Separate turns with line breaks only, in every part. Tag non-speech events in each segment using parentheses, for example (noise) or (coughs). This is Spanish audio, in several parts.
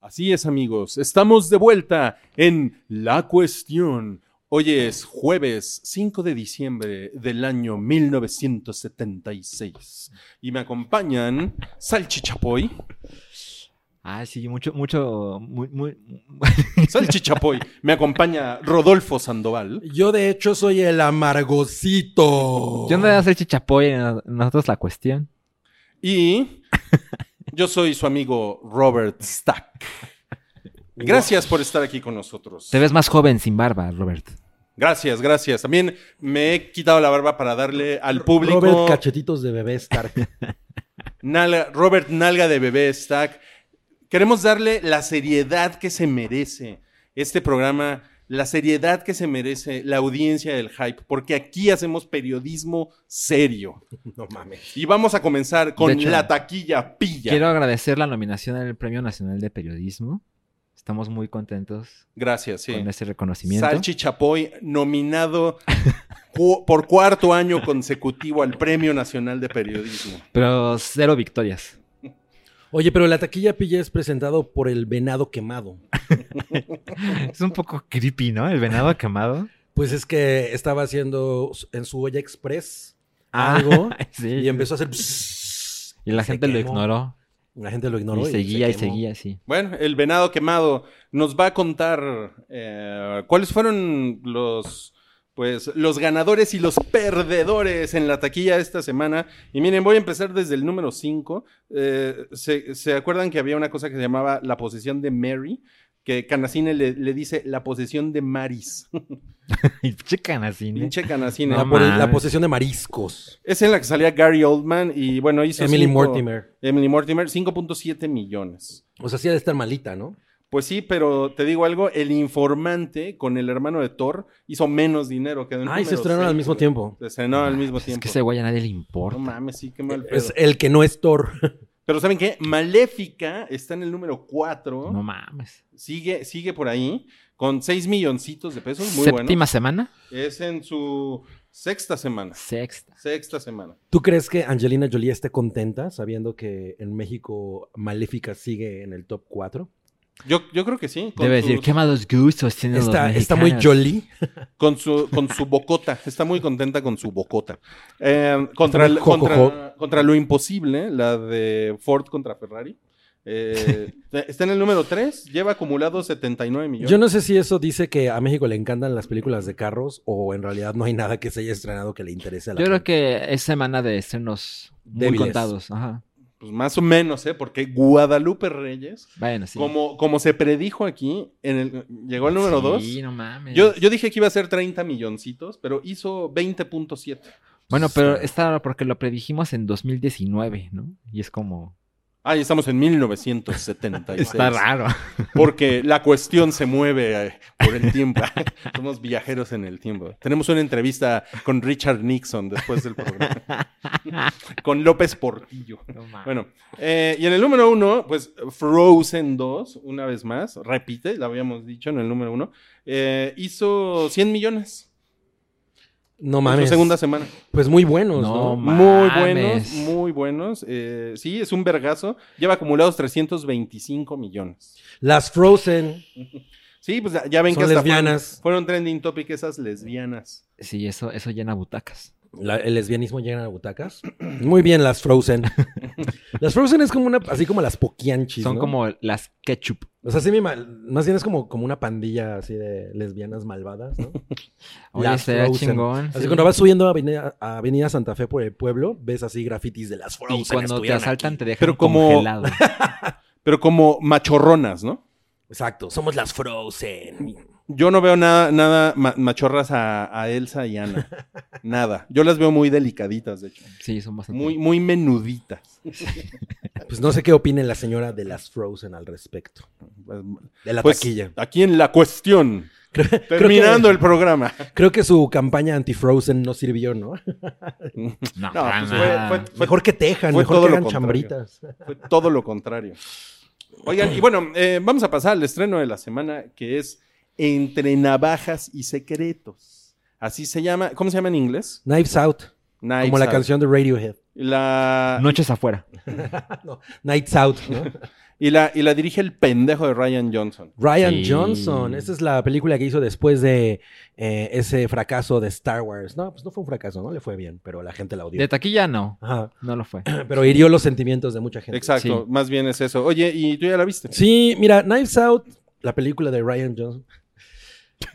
Así es, amigos. Estamos de vuelta en La Cuestión. Hoy es jueves 5 de diciembre del año 1976. Y me acompañan Salchichapoy.
Ah, sí, mucho, mucho, muy, muy, (laughs)
Salchichapoy. Me acompaña Rodolfo Sandoval.
Yo de hecho soy el amargosito.
Yo no voy a hacer chichapoy en nosotros la cuestión.
Y yo soy su amigo Robert Stack. Gracias por estar aquí con nosotros.
Te ves más joven sin barba, Robert.
Gracias, gracias. También me he quitado la barba para darle al público
Robert Cachetitos de Bebé Stark.
Nalga- Robert Nalga de Bebé Stack. Queremos darle la seriedad que se merece este programa, la seriedad que se merece la audiencia del hype, porque aquí hacemos periodismo serio.
(laughs) no mames.
Y vamos a comenzar con
De hecho,
la taquilla pilla.
Quiero agradecer la nominación al Premio Nacional de Periodismo. Estamos muy contentos
Gracias, sí.
con ese reconocimiento.
Salchi Chapoy, nominado (laughs) cu- por cuarto año consecutivo al Premio Nacional de Periodismo.
Pero cero victorias. (laughs)
Oye, pero la taquilla pilla es presentado por el venado quemado.
Es un poco creepy, ¿no? El venado
(laughs)
quemado.
Pues es que estaba haciendo en su olla express
Ah, (laughs)
algo
sí.
y empezó a hacer.
Y la
Se
gente lo
quemó.
ignoró.
La gente lo
Y
ignoró.
seguía
se
y
quemó.
seguía, sí. (laughs)
Bueno, el venado quemado nos va a contar eh, cuáles fueron los, pues, los ganadores y los perdedores en la taquilla esta semana. Y miren, voy a empezar desde el número 5. ¿se, se acuerdan que había una cosa que se llamaba la posesión de Mary? Que Canacine le, le dice la posesión de Maris.
Y checan así, ¿no?
Pinche Canacine.
No,
No
por el- la
mames.
posesión de mariscos.
Es en la que salía Gary Oldman y bueno, hizo.
Emily
cinco-
Mortimer.
Emily Mortimer, 5.7 millones.
O sea, sí ha de estar malita, ¿no?
Pues sí, pero te digo algo, el informante con el hermano de Thor hizo menos dinero que de un
Ay, Ah, se
número
estrenaron al
seis,
mismo
güey.
tiempo.
Se estrenaron al mismo
Ah, Es
tiempo.
que ese güey a nadie le importa.
No mames, sí, qué mal pedo.
Es e- el que no es Thor.
Pero ¿saben qué? Maléfica está en el número 4.
No mames.
Sigue, sigue por ahí con 6 milloncitos de pesos, muy
Séptima
bueno.
semana,
Es en su sexta semana.
sexta.
Sexta semana.
¿Tú crees que Angelina Jolie esté contenta sabiendo que en México Maléfica sigue en el top 4?
Yo, yo creo que sí. Con
Debe
sus-
decir, qué malos gustos tienen
Está,
los
está muy
mexicanos.
Jolie.
Con su, con su bocota. Está muy contenta con su bocota. Eh, contra,
Está muy
contra,
jojojo.
contra lo imposible, la de Ford contra Ferrari. Eh, (laughs) está en el número 3, lleva acumulado 79 millones.
Yo no sé si eso dice que a México le encantan las películas de carros o en realidad no hay nada que se haya estrenado que le interese a la
Yo creo
gente.
que es semana de estrenos muy
Débiles.
contados. Ajá.
Pues más o menos, ¿eh? Porque Guadalupe Reyes,
Bueno, sí.
como, como se predijo aquí, en el, llegó al número 2.
Sí, no mames.
Yo, yo dije que iba a ser 30 milloncitos, pero hizo 20.7.
Bueno, pero está raro porque lo predijimos en 2019, ¿no? Y es como...
Ah, y estamos en 1976.
Está raro.
Porque la cuestión se mueve eh, por el tiempo. (laughs) Somos viajeros en el tiempo. Tenemos una entrevista con Richard Nixon después del
(laughs)
programa. con López Portillo.
(laughs) No mames.
Bueno, eh, y en el número uno, pues Frozen 2, una vez más, repite, lo habíamos dicho en el número uno, eh, hizo 100 millones
No
en su
mames.
segunda semana.
Pues muy buenos,
No
¿no?
mames.
Muy buenos,
mames.
muy buenos. Eh, sí, es un vergazo. Lleva acumulados 325 millones.
Las Frozen.
Sí, pues ya ven
Son
que hasta
lesbianas.
Fueron, fueron trending topic esas lesbianas.
Sí, eso, eso llena butacas.
La- el lesbianismo llega a butacas. (clears throat) Muy bien, las
(laughs)
Frozen. las Frozen es como una, así como las poquianchis.
Son
¿no?
como las ketchup.
O sea, sí, mi ma- más bien es como, como una pandilla así de lesbianas malvadas, ¿no?
Oye,
Las
será
Frozen.
chingón.
Así
sí.
que cuando vas subiendo a Avenida, a Avenida Santa Fe por el pueblo, ves así grafitis de las Frozen.
Y cuando te
estuvieron
asaltan
aquí.
te dejan
Pero como-
congelado.
Pero como machorronas, ¿no?
Exacto, somos las Frozen.
Yo no veo nada, nada ma- machorras a, a Elsa y
(laughs)
Ana. Nada. Yo las veo muy delicaditas, de hecho. (laughs)
Sí, son bastante...
Muy, muy menuditas.
Pues no sé qué opine la señora de las Frozen al respecto.
Pues,
De la
pues, (laughs)
taquilla.
aquí en la cuestión.
Creo- (laughs) creo que-
Terminando el programa.
Creo que su campaña anti-Frozen no sirvió, ¿no?
No,
No,
para
pues
nada.
fue- fue-
Ah, Mejor que tejan,
fue
mejor
todo
que
lo
hagan
contrario.
chambritas.
Fue todo lo contrario. Oigan, y bueno, eh, vamos a pasar al estreno de la semana, que es Entre navajas y secretos. Así se llama. ¿Cómo se llama en inglés?
Knives Out,
Knives
como la
Out.
canción de Radiohead.
La-
Noches afuera.
No, Nights Out,
(laughs)
¿no?
y, la, y la dirige el pendejo de Ryan Johnson.
Ryan
Sí.
Johnson. Esta es la película que hizo después de eh, ese fracaso de Star Wars. No, pues no fue un fracaso, no le fue bien, pero la gente la
De
odió.
taquilla no,
Ajá.
no lo fue.
Pero hirió los sentimientos de mucha gente.
Exacto, más bien es eso. Oye, ¿y tú ya la viste?
Sí, mira, Knives Out, la película de Ryan Johnson.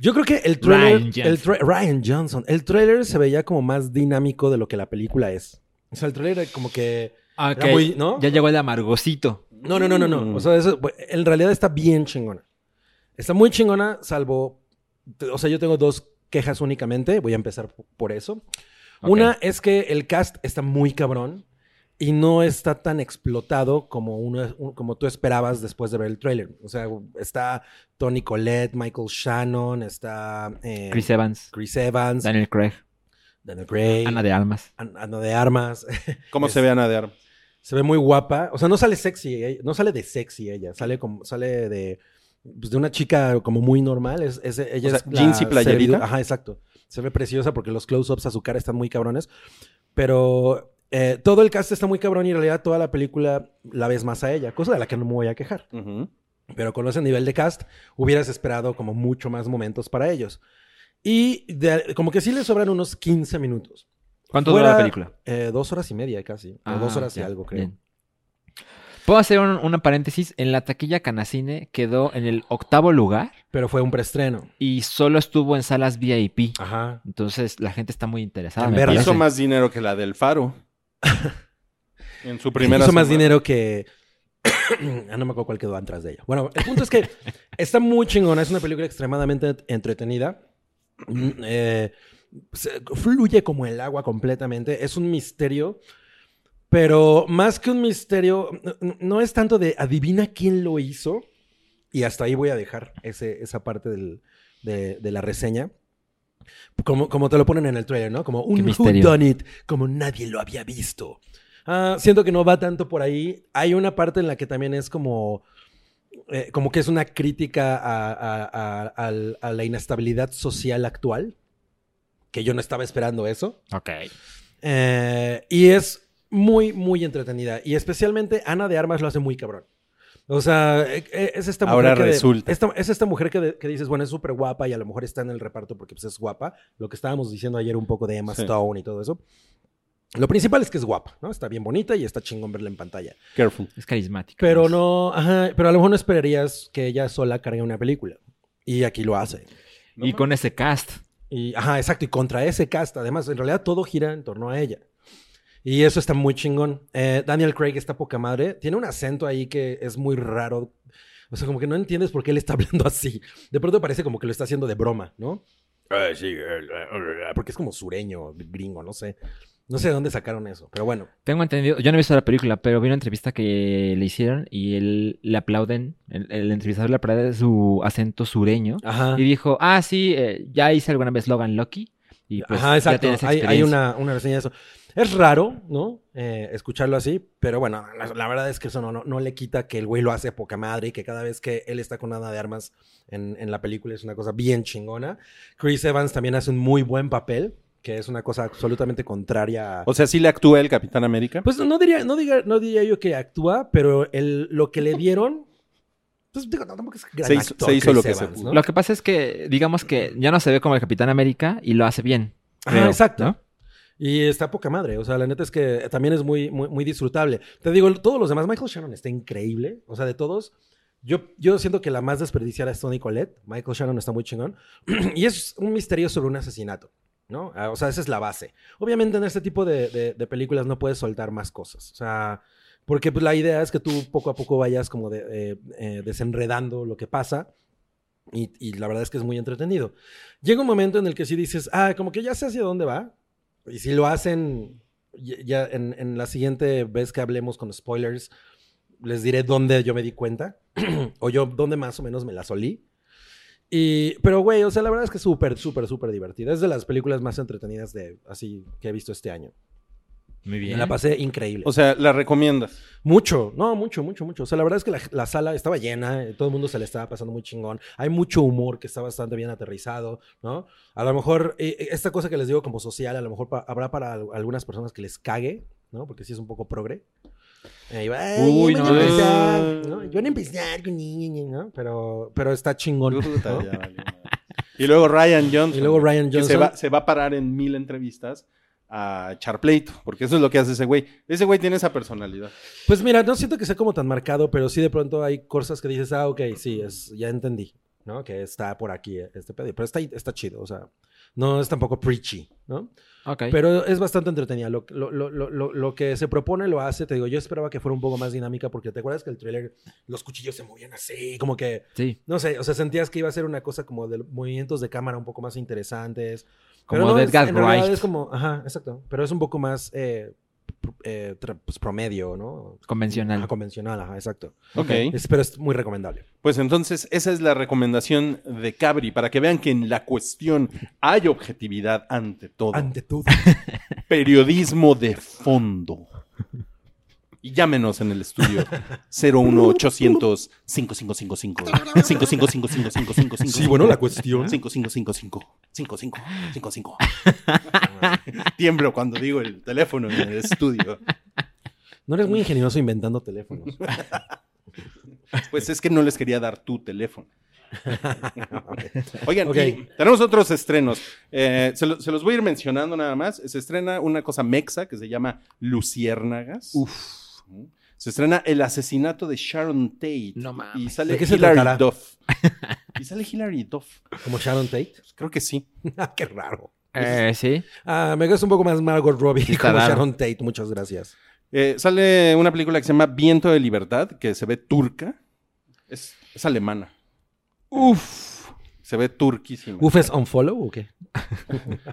Yo creo que el trailer.
Ryan Johnson.
el tra- Ryan Johnson. El trailer se veía como más dinámico de lo que la película es. O sea, el trailer era como que.
Ah,
Era
ok.
muy- ¿no?
Ya llegó el amargosito.
No, no, no, no, no. O sea, eso, en realidad está bien chingona. Está muy chingona, salvo. O sea, yo tengo dos quejas únicamente. Voy a empezar por eso.
Ok.
Una es que el cast está muy cabrón y no está tan explotado como, uno, un- como tú esperabas después de ver el tráiler. O sea, está Tony Collette, Michael Shannon, está eh,
Chris Evans,
Chris Evans, Daniel,
Daniel Craig,
Gray,
Ana
Ana de,
de Almas.
Armas.
¿Cómo se
es-
ve Ana de Armas?
Se ve muy guapa. O sea, no sale sexy, eh, no sale de sexy ella, sale como, sale de, pues, de una chica como muy normal. Es, es- ella
O sea,
es la
jeans y playerita.
servidora- Ajá, exacto. Se ve preciosa porque los close-ups a su cara están muy cabrones. Pero eh, todo el cast está muy cabrón y en realidad toda la película la ves más a ella, cosa de la que no me voy a quejar.
Ujú.
Pero con ese nivel de cast, hubieras esperado como mucho más momentos para ellos. Y de- como que sí le sobran unos 15 minutos.
¿Cuánto
Fuera-
dura la película?
Eh, dos horas y media casi. o
Ah,
dos horas y
ya,
algo, creo.
bien. Puedo hacer un, una paréntesis. En la taquilla Canacine quedó en el octavo lugar
Pero fue un preestreno.
y solo estuvo en salas VIP.
Ajá.
Entonces la gente está muy interesada.
En
me
verla.
parece.
Hizo más dinero que la del
(laughs)
Faro. en su primera.
Hizo más
semana.
dinero que. (coughs) Ah, no me acuerdo cuál quedó atrás de ella. Bueno, el punto es que está muy chingona. Es una película extremadamente entretenida. Mm, eh, se- fluye como el agua completamente. Es un misterio. Pero más que un misterio, no, no es tanto de adivina quién lo hizo. Y hasta ahí voy a dejar ese- esa parte del- de, de la reseña. Como, como te lo ponen en el trailer, ¿no? Como
Qué
un who
misterio.
done it, como nadie lo había visto. Ah, siento que no va tanto por ahí. Hay una parte en la que también es como. eh, como que es una crítica a, a- a- al- a la inestabilidad social actual. Que yo no estaba esperando eso.
Ok.
Eh, y es muy, muy entretenida. Y especialmente Ana de Armas lo hace muy cabrón. O sea, eh, eh, es esta mujer.
Ahora
que de-
resulta.
esta- es esta mujer que, de- que dices, bueno, es súper guapa y a lo mejor está en el reparto porque pues, es guapa. Lo que estábamos diciendo ayer un poco de Emma
Sí.
Stone y todo eso. Lo principal es que es guapa, ¿no? Está bien bonita y está chingón verla en pantalla. Pues
Careful.
Es pues. carismático.
Pero no, ajá, pero a lo mejor no esperarías que ella sola cargue una película. Y aquí lo hace.
Y con ese cast.
Y, ajá, exacto. Y contra ese cast. Además, en realidad todo gira en torno a ella. Y eso está muy chingón. Eh, Daniel Craig está poca madre. Tiene un acento ahí que es muy raro. O sea, como que no entiendes por qué él está (laughs) hablando así. De pronto parece como que lo está haciendo de broma, ¿no? Ah, sí, eh, eh, porque es como sureño, gringo, no sé. No sé de dónde sacaron eso, pero bueno.
Tengo entendido, yo no he visto la película, pero vi una entrevista que le hicieron y él le aplauden, el, el entrevistador le aplaude su acento sureño
Ajá.
y dijo, ah, sí, eh, ya hice alguna vez Logan Lucky. Y pues
Ajá,
ya
exacto.
tenía esa
Hay, hay
experiencia.
una, una reseña de eso. Es raro, ¿no? Eh, escucharlo así, pero bueno, la, la verdad es que eso no, no, no le quita que el güey lo hace a poca madre y que cada vez que él está con nada de armas en, en la película es una cosa bien chingona. Chris Evans también hace un muy buen papel, que es una cosa absolutamente contraria a...
O sea, sí le actúa el Capitán América.
Pues no diría, no diga, no diría yo que actúa, pero el, lo que le dieron... Pues digo, no, tampoco es gran
Se hizo-
actor
se hizo lo
Chris
que se pudo.
¿no?
Lo que pasa es que, digamos que ya no se ve como el Capitán América y lo hace bien.
Ajá,
creo,
exacto.
¿no?
Y está poca madre. O sea, la neta es que también es muy, muy, muy disfrutable. Te digo, todos los demás, Michael Shannon está increíble. O sea, de todos. Yo, yo siento que la más desperdiciada es Tony Collette. Michael Shannon está muy chingón. (clears throat) y es un misterio sobre un asesinato, ¿no? Ah, O sea, esa es la base. Obviamente en este tipo de, de- de películas no puedes soltar más cosas. O sea, porque pues, la idea es que tú poco a poco vayas como de- eh, eh, desenredando lo que pasa. Y, y la verdad es que es muy entretenido. Llega un momento en el que sí dices, ah, como que ya sé hacia dónde va. Y si lo hacen, ya, ya en, en la siguiente vez que hablemos con spoilers, les diré dónde yo me di cuenta. (clears throat) o yo dónde más o menos me la solí. Y, pero, güey, o sea, la verdad es que es súper, súper, súper divertida. Es de las películas más entretenidas de, así, que he visto este año.
Muy
Me
bien.
la pasé increíble.
O sea, la recomiendas.
Mucho, no, mucho, mucho, mucho. O sea, la verdad es que la, la sala estaba llena, eh, todo el mundo se le estaba pasando muy chingón. Hay mucho humor que está bastante bien aterrizado, ¿no? A lo mejor, eh, eh, esta cosa que les digo como social, a lo mejor pa- habrá para al- algunas personas que les cague, ¿no? Porque sí es un poco progre. Eh, y va, "Ay,
Uy,
van a
no.
empezar", ¿no? Y van a empezar, ñi, ñi, ñi, ¿no? Pero, pero está chingón.
(laughs) Puta,
(laughs) ¿no?
ya valió madre. Y luego Ryan Johnson.
Y luego Ryan
que se
Johnson.
va, se va a parar en mil entrevistas a echar pleito, porque eso es lo que hace ese güey. Ese güey tiene esa personalidad.
Pues mira, no siento que sea como tan marcado, pero sí de pronto hay cosas que dices, ah, ok, sí, es, ya entendí, ¿no? Que está por aquí eh, este pedo. Pero está, está chido, o sea, no es tampoco preachy, ¿no?
Ok.
Pero es bastante entretenida. Lo, lo, lo, lo- lo- lo que se propone lo hace, te digo, yo esperaba que fuera un poco más dinámica, porque te acuerdas que el trailer, los cuchillos se movían así, como que,
sí.
no sé, o sea, sentías que iba a ser una cosa como de movimientos de cámara un poco más interesantes.
Como
Pero no,
de
es-
Edgar
en realidad
Wright.
es como, ajá, exacto. Pero es un poco más eh, pr- eh, tra- pues, promedio, ¿no?
Convencional.
Ajá, Ah, convencional, ajá, exacto.
Ok.
Es- pero es muy recomendable.
Pues entonces, esa es la recomendación de Cabri, para que vean que en la cuestión hay objetividad ante todo.
(laughs)
Ante todo.
Periodismo de fondo. Y llámenos en el estudio 01800 5555 5555
cuestión.
5555 5555 Tiemblo cuando digo el teléfono en el estudio.
(laughs) No eres muy ingenioso inventando teléfonos.
Pues es que no les quería dar tu
(laughs)
teléfono. Oigan,
Ok.
y tenemos otros estrenos. Eh, se, lo- se los voy a ir mencionando nada más. Se estrena una cosa mexa que se llama Luciérnagas. Mm. Se estrena El asesinato de Sharon Tate.
No mames.
Y sale
¿De qué se
Hilary
tratará?
Duff. y sale Hilary Duff.
Como Sharon Tate. (laughs)
Pues creo que sí.
Ah, Qué raro.
Eh, sí.
Ah, me gusta un poco más Margot Robbie
Sí, está
(laughs) como
raro.
Sharon Tate. Muchas gracias.
Eh, sale una película que se llama Viento de Libertad, que se ve turca. Es, es alemana. Uf. Se ve turquísima.
¿Uf es unfollow o qué?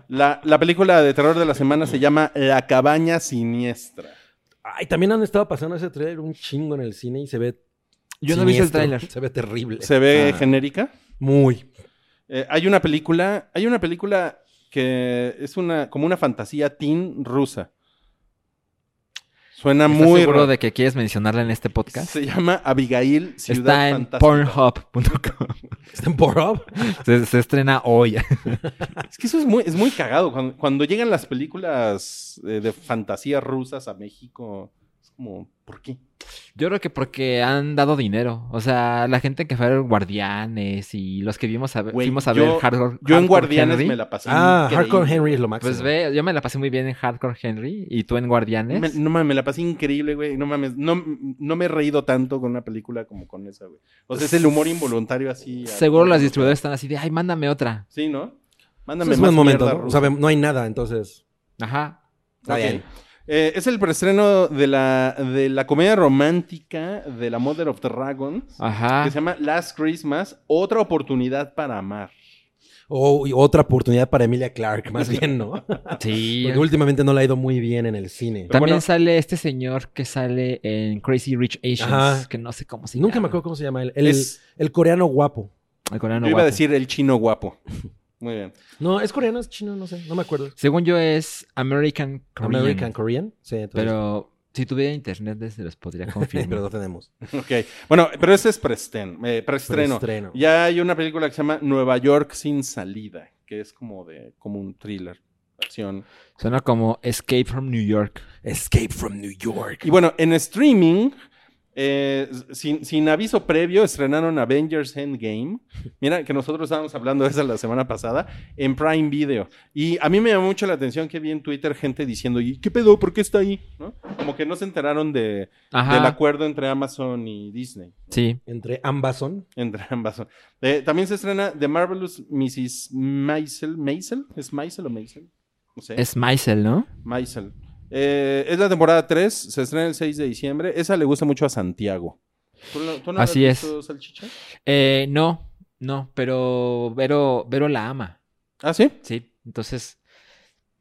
La, la película de terror de la semana se llama La cabaña siniestra.
Ay, también han estado pasando ese trailer un chingo en el cine y se ve.
Yo no he visto el
siniestro.
tráiler.
Se ve terrible.
Se ve
Ah.
genérica.
Muy.
Eh, hay una película, hay una película que es una como una fantasía teen rusa. Suena
¿Estás
muy
seguro
raro.
de que quieres mencionarla en este podcast?
Se llama Abigail
Está
Ciudad
en
Fantástica.
pornhub.com.
¿Está en Pornhub?
(laughs) Se, se estrena hoy. (laughs)
Es que eso es muy, es muy cagado. Cuando, cuando llegan las películas eh, de fantasía rusas a México, es como, ¿por qué?
Yo creo que porque han dado dinero. O sea, la gente que fue a ver Guardianes y los que vimos a ver,
Güey,
fuimos a
yo-
ver Hardcore
Yo en
Hardcore
Guardianes
Henry.
me la pasé.
Ah,
increíble.
Hardcore Henry es lo máximo.
Pues ve, yo me la pasé muy bien en Hardcore Henry y tú en Guardianes.
Me- no mames, me la pasé increíble, güey. No mames, no, no me he reído tanto con una película como con esa, güey. O sea, es el humor involuntario así.
Seguro
las
los distribuidores están así de, ay, mándame otra.
Sí, ¿no? Mándame
es
más
buen momento.
mierda
¿no? O
rusa.
sea, no hay nada, entonces.
Ajá.
Ok.
bien.
Eh, es el preestreno de la, de la comedia romántica de la Mother of Dragons.
Ajá.
Ah.
Que se llama Last Christmas, otra oportunidad para amar.
O y otra oportunidad para Emilia
(laughs)
Clark, más bien, ¿no?
Sí.
Porque últimamente no la ha ido muy bien en el cine.
Pero
También
bueno.
sale este señor que sale en Crazy Rich Asians,
Ajá.
que no sé cómo se
Nunca me
llama.
acuerdo cómo se llama él. El,
Es-
el coreano guapo.
El coreano
Yo iba a
guapo.
decir el chino guapo. Muy bien.
No, es coreano, es chino, no sé, no me acuerdo.
Según yo es American Korean.
American Korean. Sí, entonces.
Pero si tuviera internet les- se los podría
(laughs) Pero,
confirmar.
no tenemos.
Ok. Bueno, pero ese es preesten- eh, preestreno.
Estreno.
Ya hay una película que se llama Nueva York sin salida, que es como de como un thriller, acción.
Suena como Escape from New York.
Escape from New York.
Y bueno, en streaming, eh, sin, sin aviso previo, estrenaron Avengers Endgame. Mira, que nosotros estábamos hablando de esa la semana pasada, en Prime Video. Y a mí me llamó mucho la atención que vi en Twitter gente diciendo, ¿y qué pedo? ¿Por qué está ahí? ¿No? Como que no se enteraron de,
Ajá.
del acuerdo entre Amazon y Disney.
Sí.
Entre ambas son.
Entre ambas. Eh, también se estrena The Marvelous Mrs. Maisel. ¿Maisel? ¿Es Maisel o Maisel? No sé.
Es Maisel, ¿no?
Maisel. Eh, es la temporada 3, se estrena el 6 de diciembre. Esa le gusta mucho a Santiago. ¿Tú no- tú no
Así
habrás
es.
visto Salchicha?
Eh, no, no, pero Vero, Vero la ama.
Ah, sí.
Sí. Entonces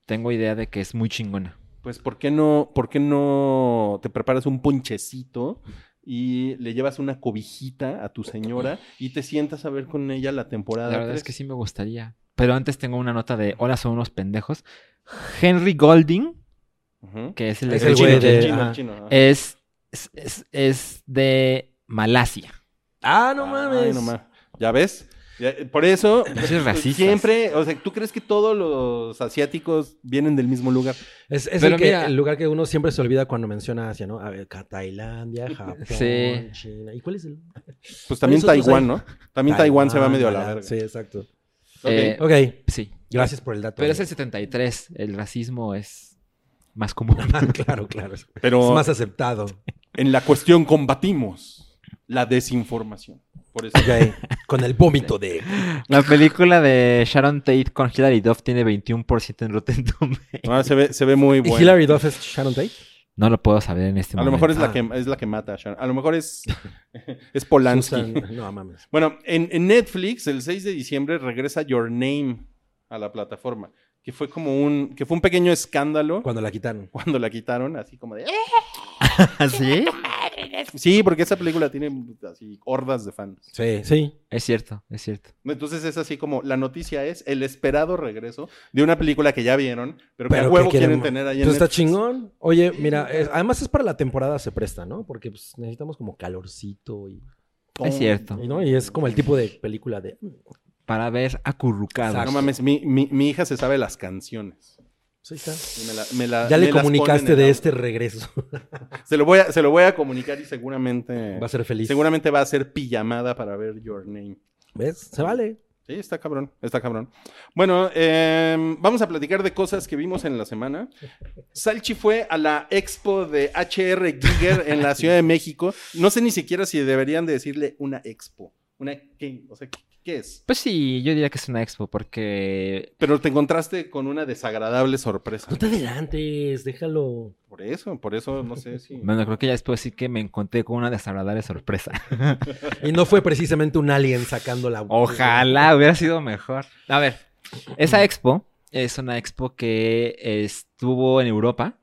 tengo idea de que es muy chingona.
Pues, ¿por qué no, por qué no te preparas un ponchecito y le llevas una cobijita a tu señora y te sientas a ver con ella la temporada?
La verdad es que
tres?
sí me gustaría. Pero antes tengo una nota de Hola, son unos pendejos. Henry Golding
Ujú.
que es el,
Es
el
el
chino.
güey de-
chino,
ajá.
chino, ajá.
Es, es, es- es de Malasia.
Ah, no
Ay,
mames.
no ma- ¿Ya ves? Ya- por eso,
Pinches racistas.
siempre, o sea, ¿tú crees que todos los asiáticos vienen del mismo lugar?
Es, es
Pero
el, que-
mira-
el lugar que uno siempre se olvida cuando menciona Asia, ¿no? A ver, ca- Tailandia, Japón,
Sí.
China. ¿Y cuál es el?
Pues también
Esos dos
Taiwán,
ahí.
¿no? También Taiwán, se va medio a la
Tailandia.
verga.
Sí, exacto.
Ok.
Eh,
Ok,
Sí.
gracias por el dato.
Pero es el
(laughs) amigo.
73. El racismo es más común.
Ah, claro, claro. Es
Pero
más aceptado.
en la cuestión combatimos la desinformación. Por eso. (laughs)
Ok, con el vómito de...
(laughs) La película de Sharon Tate con Hilary Duff tiene 21% en Rotten Tomatoes.
Ah, se, ve, se ve muy
¿Y
bueno.
Hilary Duff es Sharon Tate?
No lo puedo saber en este
a lo
momento.
mejor es la,
Ah.
que, es la que mata a Sharon. A lo mejor es, (laughs) es Polanski.
Susan- No, mames.
Bueno, en, en Netflix, el 6 de diciembre, regresa Your Name a la plataforma. Que fue como un. que fue un pequeño escándalo
Cuando la quitaron.
cuando la quitaron, así como de. "Eh".
(laughs) ¿Ah, sí?
Sí, porque esa película tiene así hordas de fans.
Sí, sí.
Es cierto, es cierto.
Entonces es así como la noticia es el esperado regreso de una película que ya vieron, pero que a
¿qué
huevo quieren
ma-
tener ahí en
Pues está
Netflix.
chingón. Oye, mira, es- además es para la temporada se presta, ¿no? Porque pues, necesitamos como calorcito y,
Es cierto.
y, ¿no? y es como el tipo de película de... "Mm,
Para ver acurrucados.
No mames, mi, mi- mi hija se sabe las canciones.
Sí, pues, está.
Y me la- me la-
Ya
Ah, me
le
las pone
comunicaste
en
de
el (laughs)
este regreso.
audio. Se lo voy a, se lo voy a comunicar y seguramente,
Va a ser feliz.
seguramente va a ser pijamada para ver Your Name.
¿Ves? Se vale.
Sí, está cabrón, está cabrón. Bueno, em, vamos a platicar de cosas que vimos en la semana. Salchi fue a la expo de HR Giger en la Ciudad de México. No sé ni siquiera si deberían de decirle una expo. Una, ¿qué? O sea, ¿qué es?
Pues sí, yo diría que es una expo porque...
Pero te encontraste con una desagradable sorpresa.
No te adelantes, déjalo.
Por eso, por eso no sé
(laughs)
si...
Bueno, creo que ya después puedo decir que me encontré con una desagradable
(laughs)
sorpresa. (laughs)
Y no fue precisamente un alien sacando la...
Ojalá hubiera sido mejor. A ver, esa expo es una expo que estuvo en Europa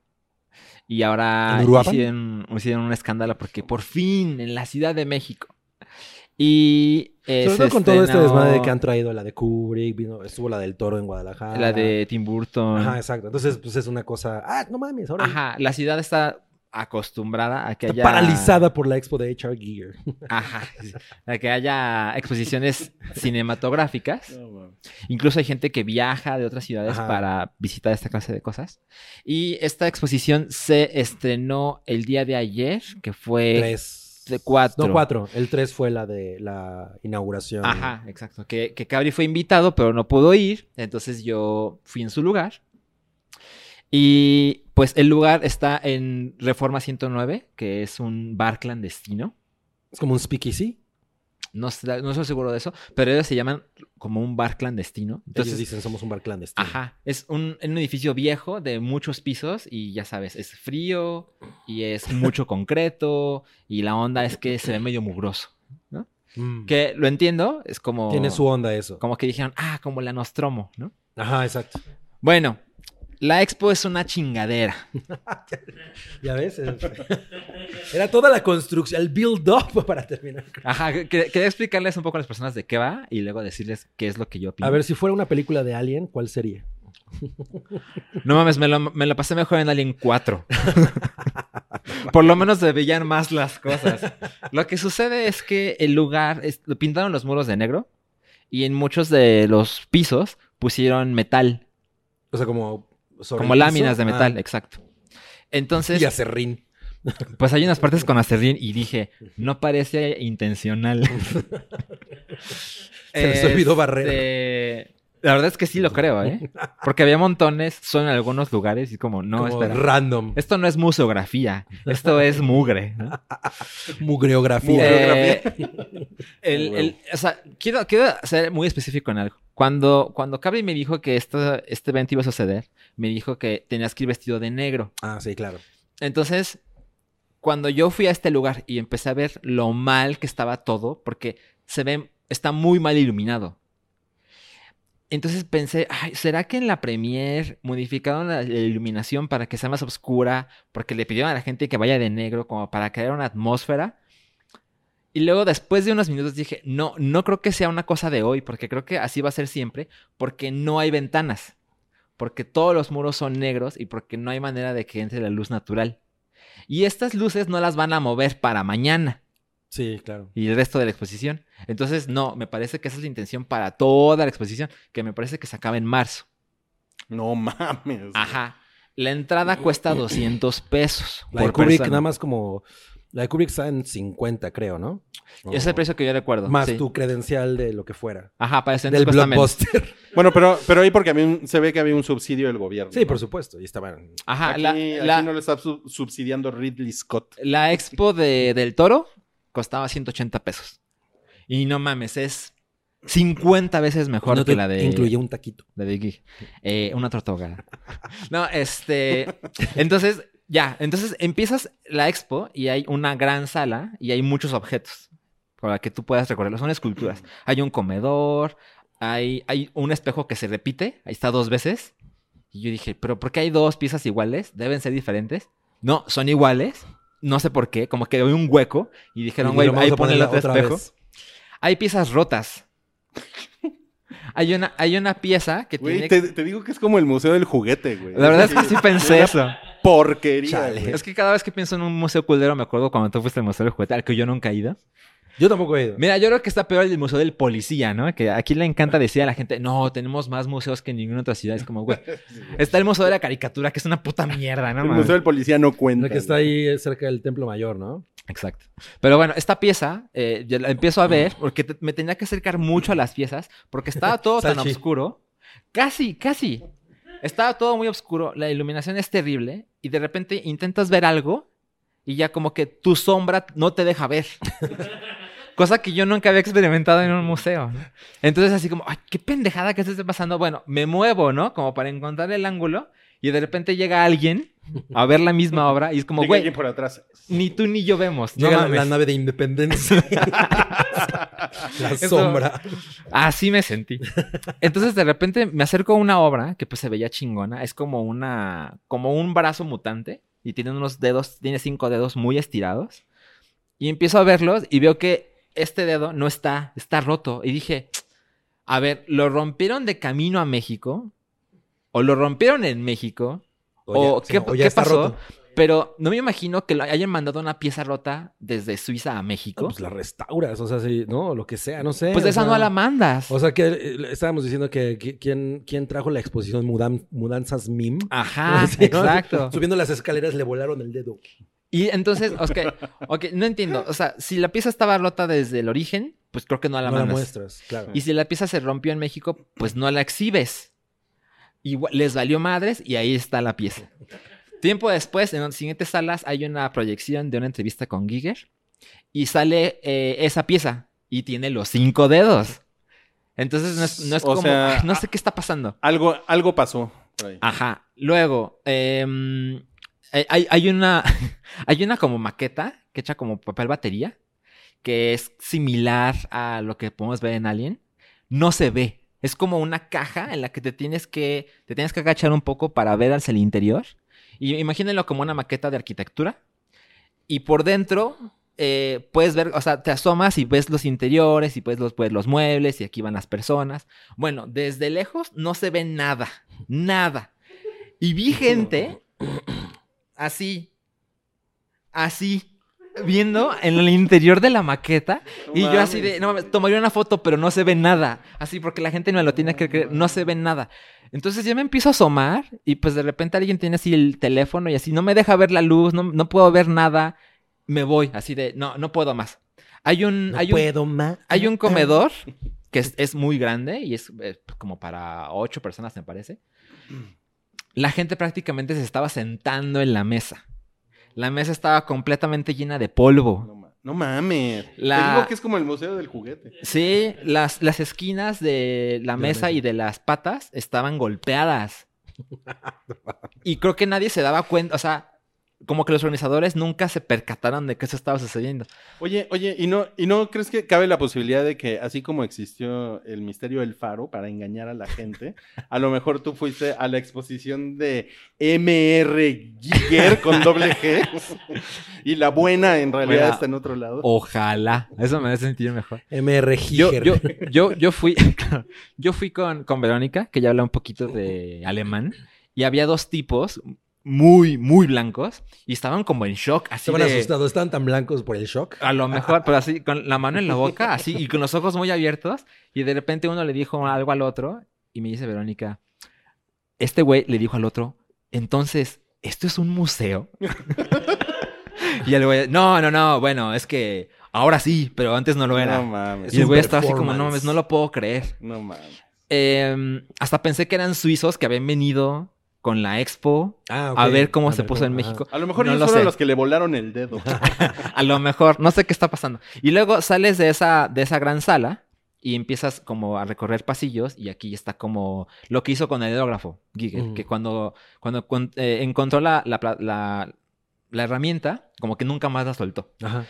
y ahora
¿En Uruapan?
hicieron, hicieron un escándalo porque por fin en la Ciudad de México. Y eh,
Sobre
se
todo con todo este
estrenó
desmadre
oh.
que han traído, la de Kubrick, vino, estuvo la del toro en Guadalajara.
la de Tim Burton.
Ajá,
Ajá,
exacto. Entonces, pues es una cosa... Ah, no mames, ahora...
la ciudad está acostumbrada a que
Está
haya
paralizada por la expo de HR Gear.
(laughs) Ajá, a que haya exposiciones cinematográficas.
No, mames.
Incluso hay gente que viaja de otras ciudades
Ajá.
para visitar esta clase de cosas. Y esta exposición se estrenó el día de ayer, que fue...
Tres.
Eh, de cuatro.
No, cuatro. El tres fue la de la inauguración.
Ajá, exacto. Que, que Cabri fue invitado, pero no pudo ir. Entonces yo fui en su lugar. Y pues el lugar está en Reforma 109, que es un bar clandestino.
Es como un speakeasy.
No, sé- no estoy seguro de eso, pero ellos se llaman como un bar clandestino.
Entonces
Entonces,
dicen, somos un bar clandestino.
Ajá, es un, un edificio viejo de muchos pisos y ya sabes, es frío y es mucho concreto y la onda es que se ve medio mugroso.
Mm.
Que lo entiendo, es como...
Tiene su onda eso.
Como que dijeron, ah, como la Nostromo, ¿no?
Ajá, exacto.
Bueno, la expo es una chingadera.
Ya ves. (laughs) Era toda la construcción, el build-up (laughs) para terminar.
Ajá, que- que- quería explicarles un poco a las personas de qué va y luego decirles qué es lo que yo opino.
A ver, si fuera una película de Alien, ¿cuál sería?
No mames, me lo, me lo pasé mejor en Alien 4. (laughs) Por lo menos se veían más las cosas. Lo que sucede es que el lugar, es- lo pintaron los muros de negro y en muchos de los pisos pusieron metal,
O sea, como... sobre
como
el piso.
láminas de
Ah,
metal, exacto. Entonces,
y acerrín.
pues hay unas partes con acerrín y dije, no parece intencional.
(laughs) Se les olvidó barrer.
Este, La verdad es que sí lo creo,
(laughs)
¿eh? Porque había montones, son en algunos lugares y como, no,
como
espera.
random.
Esto no es museografía, esto es mugre. ¿no?
Mugreografía.
Mugre. Museografía.
Eh, el- el- o sea, quiero, quiero ser muy específico en algo. Cuando, cuando Cabri me dijo que esto, este evento iba a suceder, me dijo que tenías que ir vestido de negro.
Ah, sí, claro.
Entonces, cuando yo fui a este lugar y empecé a ver lo mal que estaba todo, porque se ve, está muy mal iluminado. Entonces pensé, "Ay, ¿será que en la premier modificaron la, la iluminación para que sea más oscura? Porque le pidieron a la gente que vaya de negro como para crear una atmósfera. Y luego después de unos minutos dije, no, no creo que sea una cosa de hoy, porque creo que así va a ser siempre, porque no hay ventanas. porque todos los muros son negros y porque no hay manera de que entre la luz natural. Y estas luces no las van a mover para mañana
Sí, claro.
y el resto de la exposición. Entonces, no, me parece que esa es la intención para toda la exposición, que me parece que se acaba en marzo.
No mames.
Ajá. La entrada cuesta 200 pesos.
La de
por
Kubrick
persona.
nada más como... La de Kubrick está en 50, creo, ¿no?
Es el precio que yo recuerdo.
Más
sí.
tu credencial de lo que fuera.
Ajá, para
Del
el
blockbuster. (laughs)
Bueno, pero, pero ahí porque había un- se ve que había un subsidio del gobierno.
Sí, por supuesto. Y estaban...
Ajá,
Aquí,
la,
aquí
la-
no le está sub- subsidiando Ridley Scott.
la expo de, del toro costaba 180 pesos. Y no mames, es 50 veces mejor
No
que
te
la de.
Incluía un taquito.
La de Gui. Eh, una tortuga. (laughs) No, este. Entonces, ya. Entonces empiezas la expo y hay una gran sala y hay muchos objetos para que tú puedas recorrerlos. Son esculturas. Hay un comedor, hay, hay un espejo que se repite. Ahí está dos veces. Y yo dije, ¿pero por qué hay dos piezas iguales? ¿Deben ser diferentes? No, son iguales. No sé por qué. Como que había un hueco y dijeron,
Y
güey,
lo vamos
ahí
a
pon el
poner
otro
otra
espejo.
vez.
Hay piezas rotas. hay, una, hay una pieza que
Güey,
tiene...
te, te digo que es como el museo del juguete, güey.
La verdad es que sí pensé
Una
eso.
Porquería.
Chale.
güey.
Es que cada vez que pienso en un museo culero me acuerdo cuando tú fuiste al museo del juguete, al que yo nunca he ido.
Yo tampoco he ido.
Mira, yo creo que está peor el museo del policía, ¿no? Que aquí le encanta decir a la gente, no, tenemos más museos que en ninguna otra ciudad. Es como, güey, está el museo de la caricatura, que es una puta mierda, ¿no?
el
mames?
museo del policía no cuenta.
La que está ahí cerca del Templo Mayor, ¿no?
Exacto. Pero bueno, esta pieza, eh, yo la empiezo a ver porque te- me tenía que acercar mucho a las piezas porque estaba todo tan
Salchi.
oscuro. Casi, casi. Estaba todo muy oscuro, la iluminación es terrible y de repente intentas ver algo y ya como que tu sombra no te deja ver. (laughs) Cosa que yo nunca había experimentado en un museo. ¿no? Entonces así como, ay, qué pendejada que esto esté pasando. Bueno, me muevo, ¿no? Como para encontrar el ángulo y de repente llega alguien a ver la misma obra y es como,
Llega
güey,
alguien por atrás.
ni tú ni yo vemos. No
Llega la,
mames.
la nave
(laughs)
de Independencia. (laughs) la
Eso-
sombra.
Así me sentí. Entonces de repente me acerco a una obra que pues se veía chingona. Es como una, como un brazo mutante y tiene unos dedos, tiene cinco dedos muy estirados. Y empiezo a verlos y veo que este dedo no está, está roto. Y dije, a ver, ¿lo rompieron de camino a México? ¿O lo rompieron en México? O,
sí,
¿qué-
no,
qué
está
pasó?
roto.
Pero no me imagino que lo hayan mandado una pieza rota desde Suiza a
Ah,
México.
Pues la restauras, o sea, sí, no, lo que sea, no sé.
Pues
o
de esa
sea,
no la mandas.
O sea, que eh, estábamos diciendo que, que- quién, quién trajo la exposición Mudam- Mudanzas Mim.
Ah. Ajá,
(laughs) Sí, ¿no?
exacto.
Subiendo las escaleras le volaron el dedo.
Y entonces, ok, ok, no entiendo. O sea, si la pieza estaba rota desde el origen, pues creo que no la
no la
mandas.
muestras, claro.
y si la pieza se rompió en México, pues no la exhibes. Igual, les valió madres y ahí está la pieza. Tiempo después, en las siguientes salas, hay una proyección de una entrevista con Giger y sale eh, esa pieza y tiene los cinco dedos. Entonces no es, no es
O
como,
sea,
"Ay, no sé qué está pasando.
Algo, algo pasó. por ahí.
Ajá. Luego, em, eh, hay, hay una. (laughs) hay una como maqueta que echa como papel batería. Que es similar a lo que podemos ver en Alien. No se ve. Es como una caja en la que te tienes que. Te tienes que agachar un poco para ver hacia el interior. Y imagínenlo como una maqueta de arquitectura. Y por dentro. eh, puedes ver, o sea, te asomas y ves los interiores y ves los, pues, los muebles y aquí van las personas. Bueno, desde lejos no se ve nada, nada. Y vi gente así, así, viendo en el interior de la maqueta.
No
y yo así
mames.
de, no mames, tomaría una foto, pero no se ve nada. Así, porque la gente no lo tiene que creer, no se ve nada. Entonces yo me empiezo a asomar y pues de repente alguien tiene así el teléfono y así, no me deja ver la luz, no, no puedo ver nada. Me voy, así de, no, no puedo más. Hay un,
no
hay un
puedo más.
hay un comedor que es, es muy grande y es, eh, como para ocho personas, me parece. La gente prácticamente se estaba sentando en la mesa. La mesa estaba completamente llena de polvo.
No, ma- no mames.
La-
Te digo que es como el museo del juguete.
Sí, las, las esquinas de la mesa y de las patas (laughs) estaban golpeadas. Y creo que nadie se daba cuenta, o sea, como que los organizadores nunca se percataron de que eso estaba sucediendo.
Oye, oye, ¿y no, ¿y no crees que cabe la posibilidad de que así como existió el misterio del faro para engañar a la gente, a lo mejor tú fuiste a la exposición de MR Giger con doble G
(laughs)
y la buena en realidad
Mira,
está en otro lado?
Ojalá. Eso me hace sentir mejor.
MR
Yo,
Giger.
yo, yo, yo fui, (laughs) claro, yo fui con, con Verónica, que ya habla un poquito de alemán, y había dos tipos muy, muy blancos, y estaban como en shock, así
Estaban
de-
asustados, estaban tan blancos por el shock.
a lo mejor, pero así, con la mano en la boca, así, y con los ojos muy abiertos, y de repente uno le dijo algo al otro, y me dice Verónica, este güey le dijo al otro, entonces, ¿esto es un museo? (laughs) y el güey, no, no, no, bueno, es que ahora sí, pero antes no lo era.
No mames.
Es
y el
un
güey estaba así como, no
performance.
mames, no lo puedo creer.
No mames.
Eh, hasta pensé que eran suizos que habían venido con la expo
Ah, ok.
a ver cómo
A
se puso en
ajá.
México.
A lo mejor
No
ellos
lo
fueron
sé.
los que le volaron el
(laughs)
dedo.
A lo mejor, no sé qué está pasando. Y luego sales de esa, de esa gran sala y empiezas como a recorrer pasillos y aquí está como lo que hizo con el hidrógrafo, Giger,
Mm.
que cuando, cuando con- eh, encontró la, la pla- la- la herramienta, como que nunca más la soltó.
Ajá.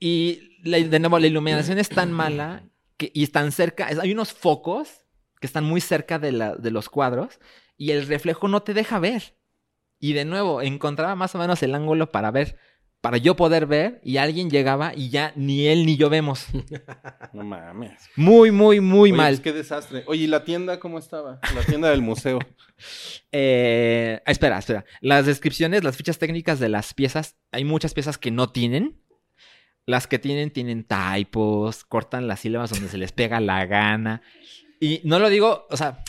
Y la- de nuevo, la iluminación es tan mala que, y tan cerca. es- hay unos focos que están muy cerca de, la- de los cuadros y el reflejo no te deja ver. Y de nuevo, encontraba más o menos el ángulo para ver, para yo poder ver y alguien llegaba y ya ni él ni yo vemos.
No mames.
Muy, muy, muy
Oye,
mal.
pues, qué desastre. Oye, ¿y la tienda cómo estaba? La tienda del museo.
Eh, espera, espera. Las descripciones, las fichas técnicas de las piezas, hay muchas piezas que no tienen. Las que tienen tienen typos, cortan las sílabas donde se les pega la gana. Y no lo digo, o sea,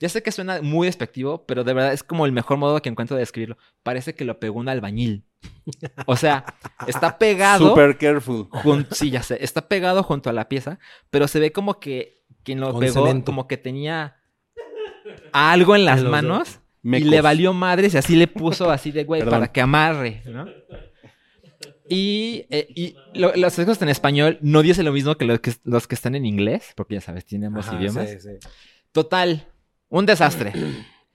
ya sé que suena muy despectivo, pero de verdad es como el mejor modo que encuentro de describirlo. Parece que lo pegó un albañil. O sea,
(laughs)
está pegado.
Super careful.
jun- sí, ya sé, está pegado junto a la pieza, pero se ve como que quien lo
Con
pegó,
cemento.
como que tenía algo en las
En los dedos.
manos.
Mecos.
Y le valió madres y así le puso así de güey
Perdón.
para que amarre, ¿no? Y, eh, y lo- los textos en español no dicen lo mismo que los que, los que están en inglés, porque ya sabes, tienen ambos
Ajá,
idiomas.
sí, sí.
Total, un desastre.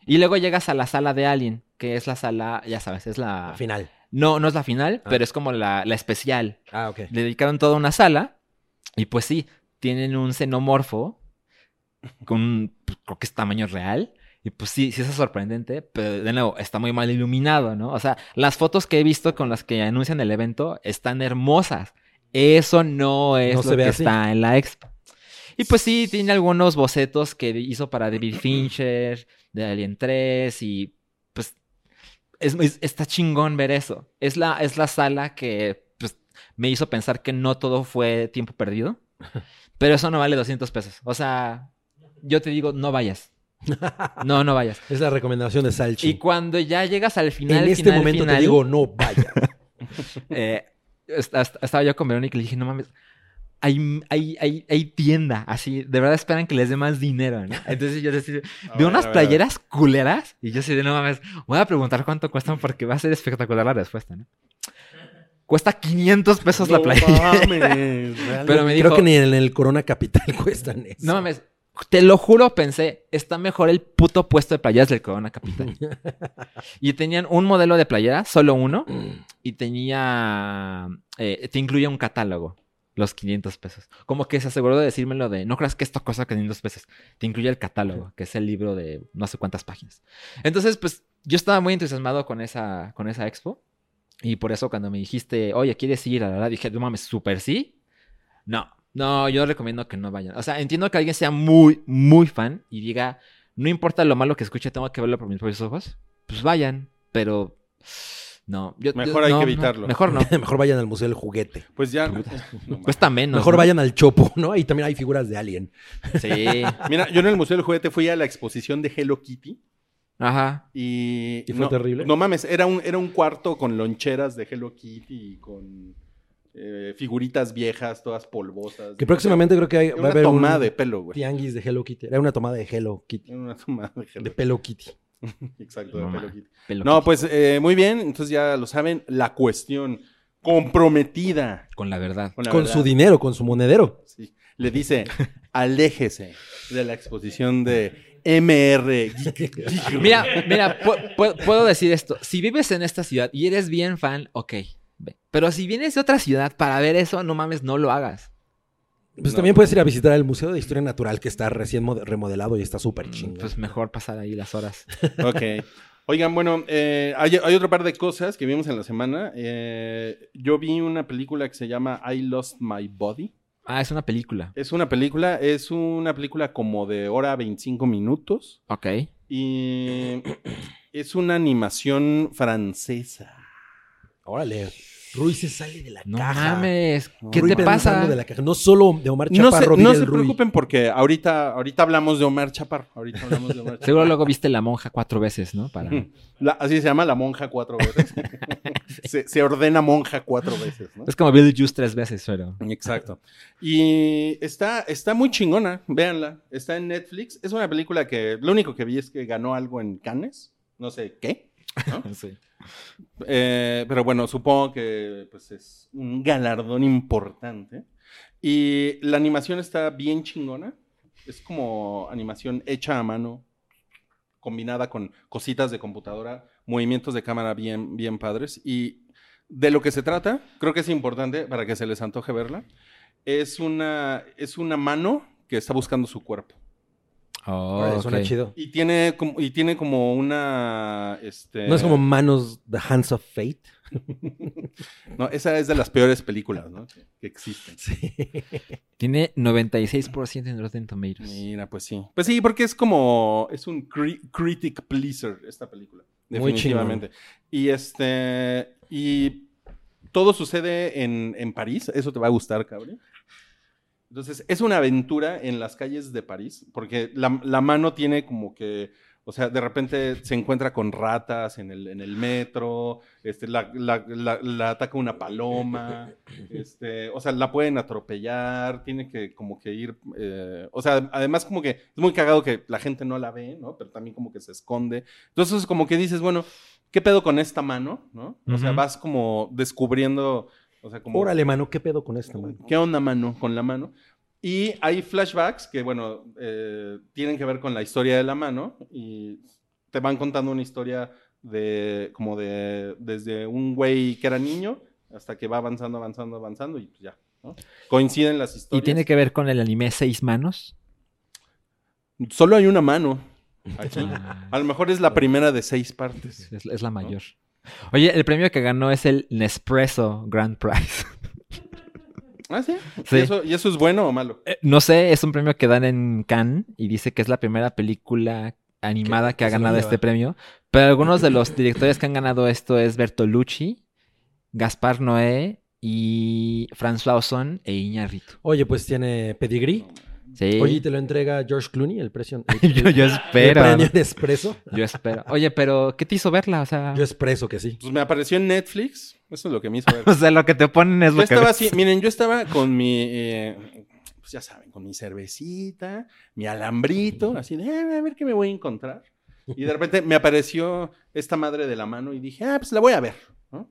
Y luego llegas a la sala de Alien, que es la sala, ya sabes, es la...
Al final.
No, no es la final,
Ah.
pero es como la, la especial.
Ah, ok.
Le dedicaron toda una sala y pues sí, tienen un xenomorfo con, pues, creo que es tamaño real. Y pues sí, sí es sorprendente, pero de nuevo, está muy mal iluminado, ¿no? O sea, las fotos que he visto con las que anuncian el evento están hermosas. Eso no es
No
lo
se ve
que
así.
está en la expo. Y pues sí, tiene algunos bocetos que hizo para David Fincher, de Alien 3, y pues es, es- está chingón ver eso. Es la, es la sala que pues, me hizo pensar que no todo fue tiempo perdido,
(laughs)
pero eso no vale 200 pesos. O sea, yo te digo, no
(laughs)
vayas. No, no vayas.
Es la recomendación de
Y
Salchi.
cuando ya llegas al final,
en este
final,
momento
final,
te digo, no vaya.
eh, est- est- estaba yo con Verónica y le dije, no mames, hay, hay, hay, hay tienda, así, de verdad esperan que les dé más dinero,
(laughs)
¿no? Entonces yo decía,
A
de
ver,
unas
a ver, a ver.
playeras culeras, y yo sí de no mames, voy a preguntar cuánto cuestan porque va a ser espectacular la respuesta, ¿no? Cuesta 500 pesos la
No
playera.
mames,
(laughs) (laughs) Pero me dijo,
Creo que ni en el Corona Capital (laughs) cuestan eso.
no
(clears throat)
mames, te lo juro, pensé, está mejor el puto puesto de playeras del Corona Capital. y tenían un modelo de playera, solo uno, y tenía, eh, te incluía un catálogo, los 500 pesos. Como que se aseguró de decírmelo de, no creas que esto cuesta 500 pesos, te incluye el catálogo, que es el libro de no sé cuántas páginas. Entonces, pues, yo estaba muy entusiasmado con esa, con esa expo. Y por eso cuando me dijiste, oye, ¿quieres ir a la verdad? Dije, no mames, súper sí. No, no, yo recomiendo que no vayan. O sea, entiendo que alguien sea muy, muy fan y diga, no importa lo malo que escuche, tengo que verlo por mis propios ojos. Pues vayan, pero no. yo- yo-
Mejor hay
no,
que
no,
evitarlo.
mejor no.
(laughs) Mejor vayan al Museo del Juguete.
Pues ya. No mames.
Cuesta menos.
Mejor
¿no?
vayan al Chopo, ¿no? Ahí también hay figuras de Alien.
Sí.
Mira, yo en el Museo del Juguete fui a la exposición de Hello Kitty.
Ajá.
Y,
¿Y fue
no,
terrible?
No mames, era un, era un cuarto con loncheras de Hello Kitty y con eh, figuritas viejas, todas polvosas.
Que próximamente creo que hay,
Era
va a
una
haber
tomada
un
de pelo, güey.
tianguis de Hello Kitty. Era una tomada de Hello Kitty.
Era Una (laughs) tomada de Hello
De pelo Kitty.
Kitty. Exacto,
No
de Hello
mames.
Kitty.
Pelo
No,
que-
pues eh, muy bien, entonces ya lo saben, la cuestión comprometida
Con la verdad.
la
con
verdad.
su dinero, con su monedero.
Sí. Le dice, aléjese de la exposición de
(laughs)
MR.
Mira, mira, pu- pu- puedo decir esto. Si vives en esta ciudad y eres bien fan, ok. ve. Pero si vienes de otra ciudad para ver eso, no mames, no lo hagas.
Pues
No.
también puedes ir a visitar el Museo de Historia Natural que está recién mod- remodelado y está
Mm,
súper chingón.
Pues mejor pasar ahí las horas.
Ok. Oigan, bueno, eh, hay, hay otro par de cosas que vimos en la semana. Eh, yo vi una película que se llama I Lost My Body.
Ah, es una película.
Es una película, es una película como de hora 25 minutos
Ok.
y es una animación francesa.
Órale. Rui se sale de la
No
caja.
mames.
No,
¿Qué
Rui
te
pensando
pasa?
de la caja. No solo de Omar
No se,
Chaparro,
no
vive
se
el Rui.
preocupen porque ahorita, ahorita hablamos de Omar Chaparro. Ahorita hablamos de
(laughs)
Omar
Seguro luego viste La Monja cuatro veces, ¿no? Para...
Chaparro. La- así se llama la monja cuatro
(laughs)
veces. se, se ordena monja cuatro veces, ¿no?
Es como Bill Juice tres veces, pero... (laughs)
Exacto. Y está, está muy chingona, véanla. Está en Netflix. Es una película que lo único que vi es que ganó algo en Cannes. No sé qué. ¿no?
Sí.
Eh, pero bueno, supongo que pues, es un galardón importante. Y la animación está bien chingona. Es como animación hecha a mano, combinada con cositas de computadora, movimientos de cámara bien, bien padres. Y de lo que se trata, creo que es importante para que se les antoje verla, es una, es una mano que está buscando su cuerpo.
Oh,
Órale, Suena
ok.
chido.
Y tiene como, y tiene como una... Este,
No es como Manos, The Hands of Fate. (laughs)
No, esa es de las peores películas, ¿no? Que que existen.
Tiene 96% en Rotten Tomatoes.
Mira, pues sí. Pues sí, porque es como. Es un cri- critic pleaser esta película.
Muy
Definitivamente. y este. Y todo sucede en, en París. Eso te va a gustar, cabrón. Entonces, es una aventura en las calles de París. Porque la, la mano tiene como que. O sea, de repente se encuentra con ratas en el, en el metro, este, la, la- la- la ataca una paloma, este, o sea, la pueden atropellar, tiene que como que ir, eh, o sea, además como que es muy cagado que la gente no la ve, ¿no? Pero también como que se esconde. Entonces como que dices, bueno, ¿qué pedo con esta mano? ¿No? O sea,
Ujú.
vas como descubriendo, o sea, como...
Órale, mano, ¿qué pedo con esta, mano?
¿Qué onda mano con la mano? Y hay flashbacks que, bueno, eh, tienen que ver con la historia de la mano y te van contando una historia de, como de, desde un güey que era niño hasta que va avanzando, avanzando, avanzando y pues ya, ¿no? Coinciden las
Y
historias.
tiene que ver con el anime Seis Manos.
Solo hay una mano
(laughs)
aquí.
Ah,
(laughs)
A lo mejor es la primera de seis partes.
es, es la mayor. Oye, el premio que ganó es el Nespresso Grand Prize. (laughs)
¿Ah, sí?
Sí.
¿Y, eso, y eso es bueno o malo?
Eh, No sé, es un premio que dan en Cannes y dice que es la primera película animada
Que-
que ha
que se lo
ganado
lleva.
este premio. Pero algunos de los directores que han ganado esto es Bertolucci, Gaspar Noé y François Ozon e Iñárritu.
Oye, pues tiene pedigrí.
Sí.
Oye, ¿y te lo entrega George Clooney, el precio.
(laughs)
el-
yo, yo
el
espero.
premio de espresso.
Yo espero. Oye, pero ¿qué te hizo verla? O sea,
Yo espresso que sí.
Pues me apareció en Netflix. Eso es lo que me hizo ver.
(laughs) o sea lo que te ponen es
Yo
lo que
estaba
ves.
así, miren, yo estaba con mi, eh, pues ya saben, con mi cervecita, mi alambrito, así de, "Ah, a ver qué me voy a encontrar. Y de repente me apareció esta madre de la mano y dije, ah, pues la voy a ver, ¿no?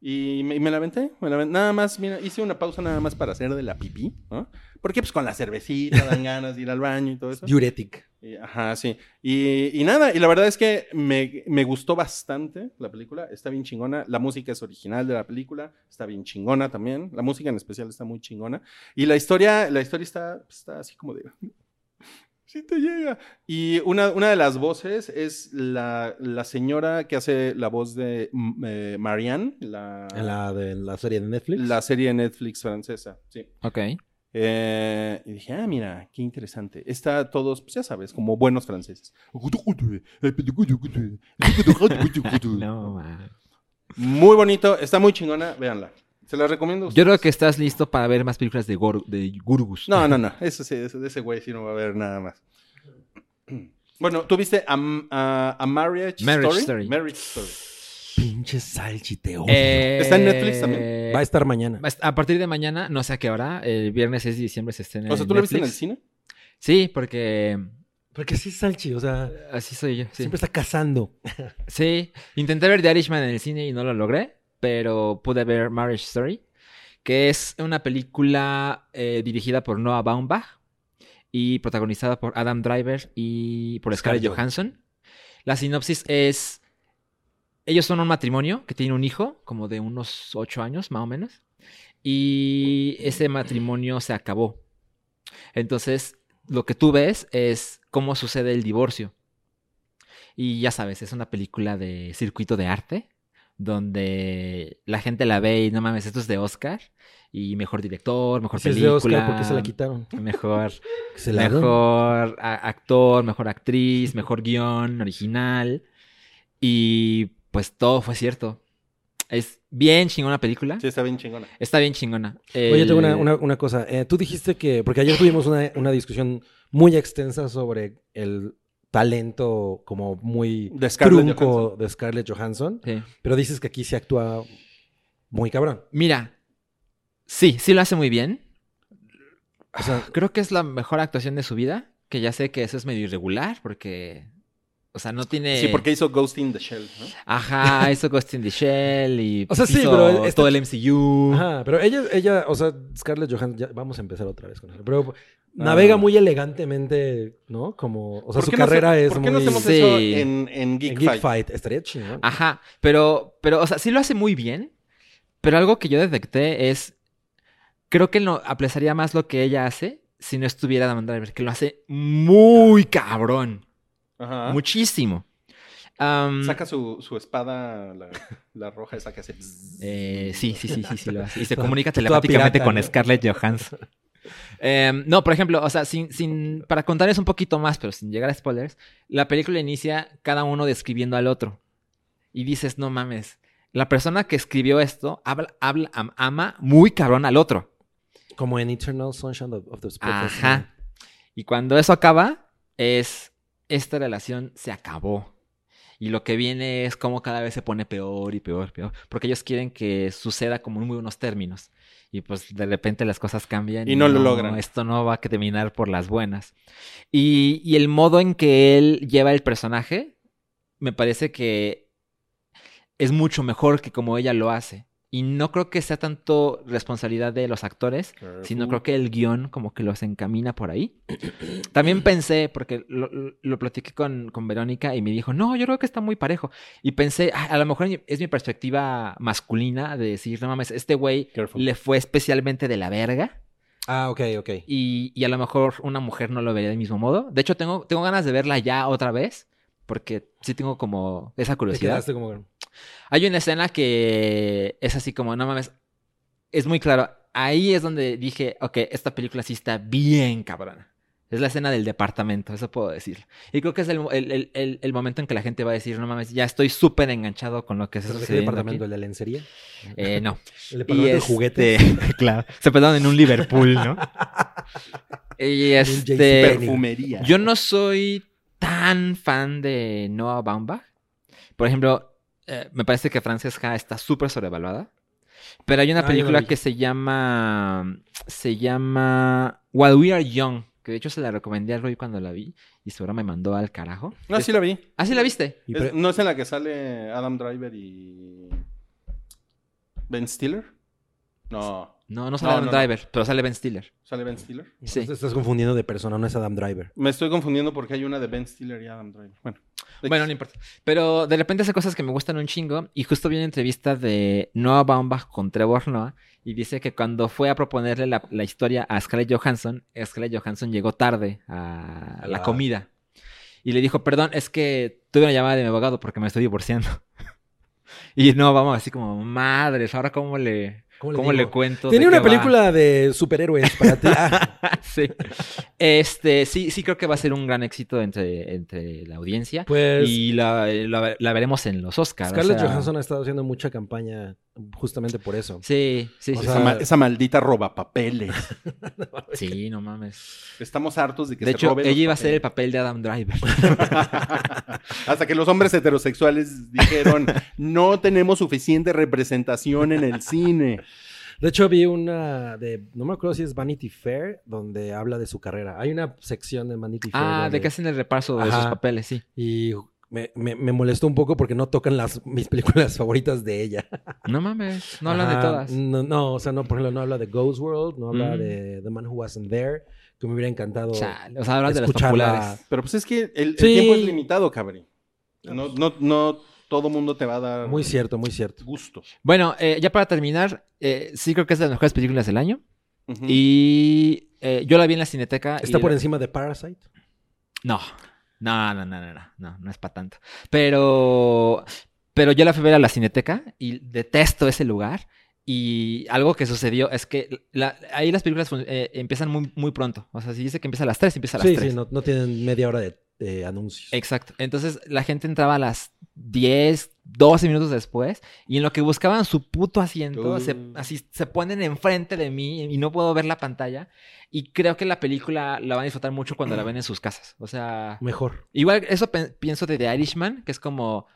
Y me, y me la aventé, me la aventé. Nada más, mira, hice una pausa nada más para hacer de la pipí, ¿no? Porque pues con la cervecita dan ganas de ir al baño y todo eso.
Diuretic.
Y- Eh, Ajá, sí. Y, y nada, y la verdad es que me, me gustó bastante la película, está bien chingona, la música es original de la película, está bien chingona también, la música en especial está muy chingona, y la historia, la historia está, pues, está así como de... (laughs) Sí te llega. Y una, una de las voces es la, la señora que hace la voz de mm, eh, Marianne, la,
En la, de, en la serie de Netflix.
la serie de Netflix francesa, sí.
Ok.
Eh, y dije, ah, mira, qué interesante. Está todos, pues ya sabes, como buenos franceses.
No, ma.
Muy bonito, está muy chingona, véanla. Se la recomiendo. a
Yo creo
ustedes.
que estás listo para ver más películas de, Gor- de Gurgus.
No, no, no, eso sí, eso- de ese güey sí no va a haber nada más. (clears throat) Bueno, ¿tú viste a, a- a Marriage,
Marriage
Story?
Story.
Marriage Story.
Pinche salchiteo.
Eh,
Está en Netflix también.
Va a estar mañana.
va a est- A partir de mañana, no sé a qué hora, el viernes 6 de diciembre se estrena.
O sea,
en
¿tú la viste en el
Eh, Netflix.
cine?
Sí, porque
Porque sí es salchi, o sea,
así soy yo. Sí.
siempre está cazando.
Sí, intenté ver The Irishman en el cine y no lo logré, pero pude ver Marriage Story, que es una película eh, dirigida por Noah Baumbach y protagonizada por Adam Driver y por Scarlett
Scarlett.
Johansson. La sinopsis es, ellos son un matrimonio que tiene un hijo, como de unos ocho años más o menos, y ese matrimonio se acabó. Entonces, lo que tú ves es cómo sucede el divorcio. Y ya sabes, es una película de circuito de arte, donde la gente la ve y no mames, esto es de Oscar, y mejor director, mejor
Si es de
película.
Oscar, ¿por qué se la quitaron? (laughs)
Mejor,
Que se la den.
mejor a- actor, mejor actriz, mejor guión original. Y pues todo fue cierto. Es bien chingona película.
Sí, está bien chingona.
Está bien chingona.
Oye,
El-
tengo una, una- una cosa. Eh, tú dijiste que, porque ayer tuvimos una, una discusión muy extensa sobre el talento como muy
De Scarlett
trunco
Johansson.
de Scarlett Johansson,
Sí.
pero dices que aquí se actúa muy cabrón.
Mira, sí, sí lo hace muy bien.
O sea,
Creo que es la mejor actuación de su vida. Que ya sé que eso es medio irregular porque... O sea, no tiene...
Sí, porque hizo Ghost in the Shell, ¿no?
Ajá, hizo Ghost in the Shell y
O sea, sí,
hizo
pero esta-
todo el MCU.
ajá, pero ella, ella, o sea, Scarlett Johansson, ya vamos a empezar otra vez con eso, pero
Ah.
navega muy elegantemente, ¿no? Como, o sea,
¿Por
su
qué no se-
carrera es
¿Por
muy...
qué no hacemos
Sí.
eso en, en Geek,
en Geek
Fight?
Fight. estaría chingón.
Ajá, pero, pero, o sea, sí lo hace muy bien, pero algo que yo detecté es, creo que no apreciaría más lo que ella hace si no estuviera Adam Driver, que lo hace muy cabrón,
Ajá.
muchísimo. Am,
Saca su, su espada, la, la roja esa que hace...
eh, sí, sí, sí, sí, sí lo hace. Y se
Toda-
comunica
toda
telepáticamente
pirata,
con
¿no?
Scarlett Johansson. Em, no, por ejemplo, o sea, sin, sin, para contarles un poquito más, pero sin llegar a spoilers, la película inicia cada uno describiendo al otro. Y dices, no mames, la persona que escribió esto habla, habla, am- ama muy cabrón al otro.
Como en Eternal Sunshine of, of the Spotless Mind.
Ajá. Y cuando eso acaba, es esta relación se acabó. Y lo que viene es como cada vez se pone peor y peor, peor. Porque ellos quieren que suceda como en muy buenos términos. Y pues de repente las cosas cambian.
Y no lo logran.
Esto no va a terminar por las buenas. Y, y el modo en que él lleva el personaje, me parece que es mucho mejor que como ella lo hace. Y no creo que sea tanto responsabilidad de los actores, sino creo que el guión como que los encamina por ahí. (clears throat) También pensé, porque lo, lo platiqué con, con Verónica y me dijo, no, yo creo que está muy parejo. Y pensé, "Ah, a lo mejor es mi perspectiva masculina de decir, no mames, este güey
Careful.
le fue especialmente de la verga
Ah, ok, ok.
y, y a lo mejor una mujer no lo vería del mismo modo. De hecho, tengo, tengo ganas de verla ya otra vez, porque sí tengo como esa
Te
curiosidad.
quedaste como...
Hay una escena que es así como, no mames, es muy claro. Ahí es donde dije, ok, esta película sí está bien cabrona. Es la escena del departamento, eso puedo decirlo. Y creo que es el, el- el- el- el momento en que la gente va a decir, no mames, ya estoy súper enganchado con lo que se
¿Pero de qué
sucediendo
departamento?
aquí".
¿El de lencería?
Eh, no.
(laughs) ¿El departamento de
este,
juguetes?
(laughs)
(laughs)
claro. Se perdieron en un Liverpool, ¿no? y este...
JCPenney.
Perfumería.
Yo no soy tan fan de Noah Baumbach. Por ejemplo, eh, me parece que Francesca está súper sobrevaluada. Pero hay
Ah,
una
yo la
película
vi.
que se llama. Se llama While We Are Young. Que de hecho se la recomendé a Roy cuando la vi. Y su hora me mandó al carajo.
Ah, sí la vi.
¿Ah, sí la viste?
Y
Es-
pre-
¿No es en la que sale Adam Driver y Ben Stiller? No,
No, no sale
No,
Adam
no, no.
Driver, pero sale Ben Stiller.
¿sale Ben Stiller?
Sí.
Entonces estás confundiendo de persona, no es Adam Driver.
Me estoy confundiendo porque hay una de Ben Stiller y Adam Driver. Bueno,
Bueno, no importa. Pero de repente hace cosas que me gustan un chingo. Y justo vi una entrevista de Noah Baumbach con Trevor Noah. Y dice que cuando fue a proponerle la, la historia a Scarlett Johansson, Scarlett Johansson llegó tarde a,
A
la
la-
comida. Y le dijo, perdón, es que tuve una llamada de mi abogado porque me estoy divorciando. (laughs) y Noah Baumbach así como, madres, ahora cómo le, cómo le,
digo?
cuento. de
Tenía una
qué va?"
película de superhéroes para ti. Ah,
(laughs) sí. Este, sí, sí creo que va a ser un gran éxito entre, entre la audiencia.
pues
Y la, eh, la- la veremos en los Oscars.
Scarlett Johansson ha estado haciendo mucha campaña justamente por eso.
Sí, sí,
O
sí.
esa,
sea-
sí.
ma- esa maldita roba papeles.
Sí, no mames.
Estamos hartos de que
De
se
hecho,
roben los
ella iba a ser el
papeles.
papel de Adam
(laughs)
Driver.
Hasta que los hombres heterosexuales dijeron, no tenemos suficiente representación en el cine.
De hecho, vi una de, no me acuerdo si es Vanity Fair, donde habla de su carrera. Hay una sección de Vanity Fair.
ah,
donde-
de que hacen el repaso de
Ajá.
sus papeles, sí.
Y me, me- me molestó un poco porque no tocan las, mis películas (laughs) favoritas de ella.
No mames, no hablan de
Ajá.
todas.
No, no, o sea, no, por ejemplo, no habla de Ghost World, no habla
Mm.
de The Man Who Wasn't There, que me hubiera encantado.
Chale, o sea, hablas de las
escucharla.
populares.
Pero pues es que el, el
Sí.
tiempo es limitado, cabrón. No, no, no todo mundo te va a dar
Muy cierto, muy cierto.
gusto.
Bueno, eh, ya para terminar, eh, sí creo que es de las mejores películas del año.
Ujú.
Y eh, yo la vi en la cineteca. y
Mm. ¿Está
de
por
ver-
encima de Parasite?
No, no, no, no, no, no, no, no es para tanto. Pero, pero yo la fui a ver a la cineteca y detesto ese lugar. Y algo que sucedió es que la- ahí las películas fun- eh, empiezan muy, muy pronto. O sea, si dice que empieza a las 3, empieza a las
Sí,
3.
sí, no, no tienen media hora de, de anuncios.
Exacto. Entonces la gente entraba a las 10, 12 minutos después y en lo que buscaban su puto asiento,
Uh.
se, así se ponen enfrente de mí y no puedo ver la pantalla. Y creo que la película la van a disfrutar mucho
(clears throat)
cuando la ven en sus casas. O sea,
Mejor.
igual eso pe- pienso de The Irishman, que es como,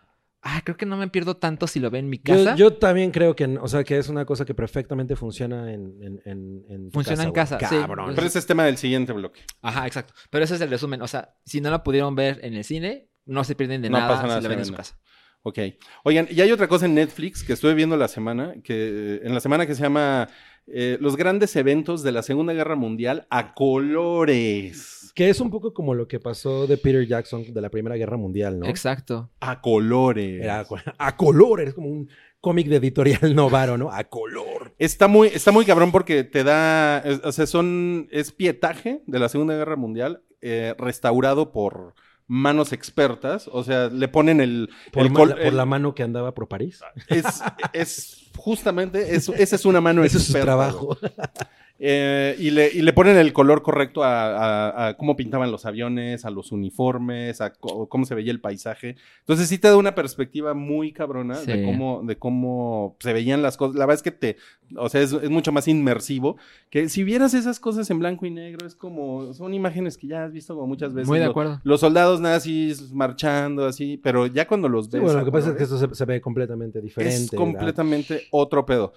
ah, creo que no me pierdo tanto si lo ven en mi casa.
Yo, yo también creo que, o sea, que es una cosa que perfectamente funciona en, en, en, en tu
Funciona en
güey.
casa, sí.
Cabrón.
Pero ese es tema del siguiente bloque.
Ajá, exacto. Pero ese es el resumen. O sea, si no la pudieron ver en el cine, no se pierden de
No
nada,
pasa nada
si la
si
ven
la
en su
ven.
casa.
Ok. Oigan, y hay otra cosa en Netflix que estuve viendo la semana, que eh, en la semana que se llama eh, Los grandes eventos de la Segunda Guerra Mundial a colores.
Que es un poco como lo que pasó de Peter Jackson de la Primera Guerra Mundial, ¿no?
Exacto.
A colores.
Era a, co- a color, es como un cómic de editorial (laughs) novaro, ¿no? A color.
Está muy, está muy cabrón porque te da, es- o sea, son, es pietaje de la Segunda Guerra Mundial eh, restaurado por manos expertas, o sea, le ponen el...
Por,
el
ma-
col-
la, por
el- Ah,
la mano que andaba por París.
es, es justamente, es, esa es una mano
(laughs) Ese es su
experta,
trabajo.
Eh, y, le, y le ponen el color correcto a, a- a cómo pintaban los aviones, a los uniformes, a co- cómo se veía el paisaje. Entonces sí te da una perspectiva muy cabrona
Sí.
de, cómo, de cómo se veían las cosas. La verdad es que te, o sea, es, es mucho más inmersivo. Que si vieras esas cosas en blanco y negro, es como, son imágenes que ya has visto como muchas veces.
Muy de
Lo-
acuerdo.
Los soldados nazis marchando así, pero ya cuando los
Sí,
ves...
bueno,
a
lo que pasa es
colores,
que esto se, se ve completamente diferente.
es
¿verdad?
completamente otro pedo.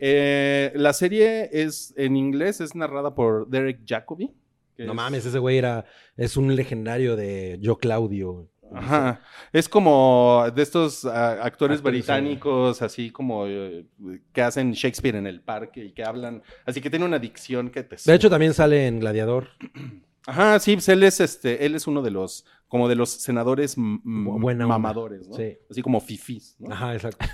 Eh, la serie es en inglés, es narrada por Derek Jacobi. que
No
es-
mames, ese güey era, es un legendario de Yo Claudio.
Ajá. Es como de estos ah, actores
Actores,
británicos, así como eh, que hacen Shakespeare en el parque y que hablan. Así que tiene una dicción que te.
De hecho, también sale en Gladiador.
Ajá, sí, pues, él es este, él es uno de los, como de los senadores m- m-
Bu- buena onda.
mamadores, ¿no?
Sí.
Así como fifís, ¿no? E,
Ajá, exacto.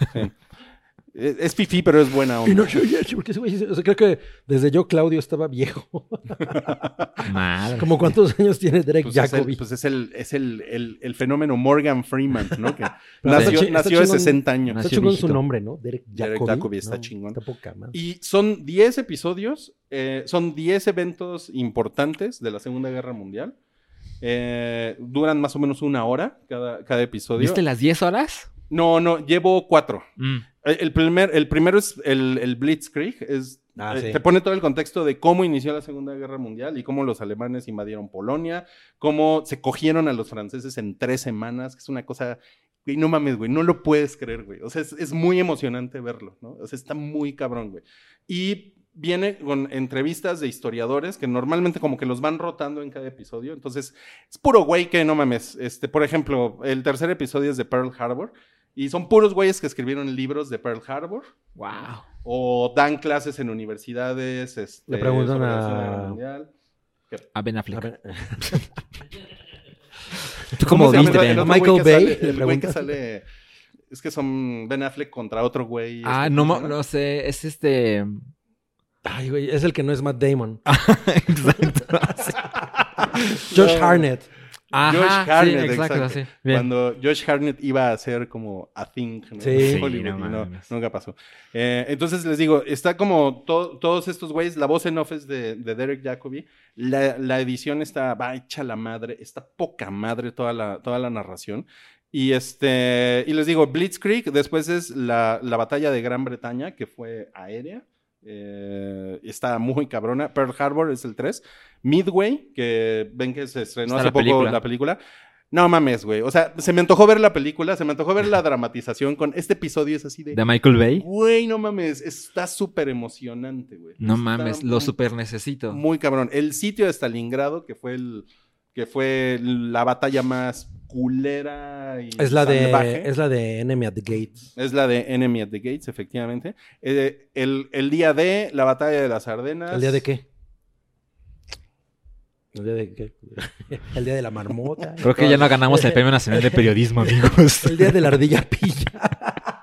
Es, es fifí, pero es buena onda.
Y no, yo, yo, yo, porque ese güey, o sea, creo que desde Yo Claudio estaba viejo. (laughs)
"Ah,
Madre.
Como cuántos años tiene Derek
Pues es,
Jacobi.
el, pues es el, es el, el- el fenómeno Morgan Freeman, ¿no? Que
Pero
nació,
está chi-
nació de
está chingón.
60 años.
Está
Nació
chingón su
viejito.
nombre, ¿no? Derek Jacobi.
Derek Jacobi, está
No,
chingón.
Está poca madre.
Y son 10 episodios, eh, son 10 eventos importantes de la Segunda Guerra Mundial. Eh, duran más o menos una hora cada, cada episodio.
¿Viste las 10 horas?
No, no, llevo cuatro.
Mm.
Eh, El, primer, el primero es el, el Blitzkrieg. Es,
Ah,
eh,
sí.
Te pone todo el contexto de cómo inició la Segunda Guerra Mundial y cómo los alemanes invadieron Polonia, cómo se cogieron a los franceses en tres semanas, que es una cosa. Güey, no mames, güey, no lo puedes creer, güey. O sea, es, es muy emocionante verlo, ¿no? O sea, está muy cabrón, güey. Y viene con entrevistas de historiadores que normalmente como que los van rotando en cada episodio. Entonces, es puro güey que no mames. Este, por ejemplo, el tercer episodio es de Pearl Harbor. Y son puros güeyes que escribieron libros de Pearl Harbor
Wow.
o dan clases en universidades. Este,
Le preguntan
sobre la Segunda
a-
Guerra Mundial.
A Ben Affleck.
A ver,
¿Tú
¿Cómo
cómo,
se llama
viste
el- el
Ben?
otro
Michael
güey que
Bay,
sale-
le
el güey que
preguntas.
sale. Es que son Ben Affleck contra otro güey.
Ah,
este,
no,
¿cómo
mo-
se llama?
no sé. Es este.
Ay, güey, es el que no es Matt Damon.
Ah,
exacto.
Josh Harnett.
(laughs) Ajá,
Josh
sí,
Harnett,
exacto,
exacto.
sí. Bien.
Cuando Josh Harnett iba a hacer como a thing, ¿no?
Sí.
En
Sí,
Hollywood,
no
y no,
mames.
nunca pasó. Eh, entonces les digo, está como to- todos estos güeyes, la voz en off es de, de Derek Jacobi, la, la edición está va hecha la madre, está poca madre toda la, toda la narración. Y este, y les digo, Blitzkrieg, después es la, la batalla de Gran Bretaña, que fue aérea. eh, está muy cabrona. Pearl Harbor es el 3. Midway, que ven que se estrenó
Está
hace
la
poco
película.
la película. No mames, güey. O sea, se me antojó ver la película, se me antojó ver la dramatización con este episodio, es así de.
De Michael Bay.
Güey, no mames, está súper emocionante, güey.
No
Está
mames, lo
muy-
super necesito.
Muy cabrón. El sitio de Stalingrado, que fue el que fue la batalla más culera y
Es la de,
salvaje.
es la de Enemy at the Gates.
Es la de Enemy at the Gates, efectivamente. Eh, el, el día de la batalla de las Ardenas.
¿El día de qué? El día de, ¿qué? (laughs) El día de la marmota.
Creo que ya no ganamos el Premio Nacional
(laughs)
de Periodismo, amigos.
El día de la ardilla
(laughs)
pilla.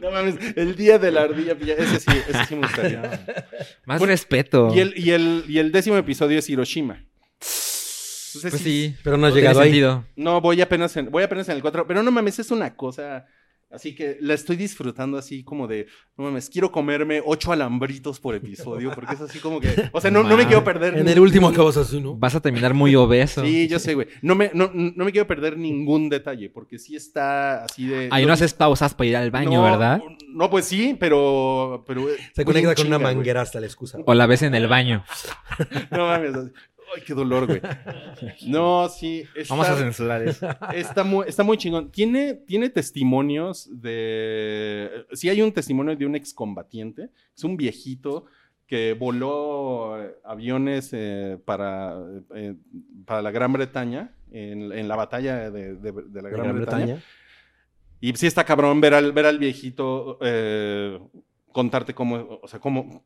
No mames, el día de la ardilla pilla. Ese sí, ese sí me
(laughs)
gustaría.
Más Pues, respeto.
Y el, y, el, y el décimo episodio es Hiroshima. Entonces,
Pues sí.
Pero no has
tiene
llegado ahí.
sentido.
No, voy apenas en, voy apenas en el 4, pero no mames, es una cosa. Así que la estoy disfrutando así como de, no mames, quiero comerme ocho alambritos por episodio, porque es así como que, o sea, no, no me
Wow.
quiero perder.
En
ni-
el último acabas así, ¿no?
Vas a terminar muy obeso.
Sí, yo sé, güey. No me, no, no me quiero perder ningún detalle, porque sí está así de...
Ahí no haces pausas para ir al baño,
No,
¿verdad?
No, pues sí, pero... pero
Se conecta
en
con
chinga,
una
güey.
manguera hasta la excusa.
O la ves en el baño.
No mames. Ay, qué dolor,
(laughs)
güey. No, sí. Está,
Vamos a censurar eso.
está, muy, está muy chingón. Tiene, tiene testimonios de. Sí, hay un testimonio de un excombatiente. Es un viejito que voló eh, aviones eh, para, eh, para la Gran Bretaña, en, en la batalla de, de- de la Gran, Bretaña. Y sí está cabrón ver al, ver al viejito eh, contarte cómo, o sea, cómo,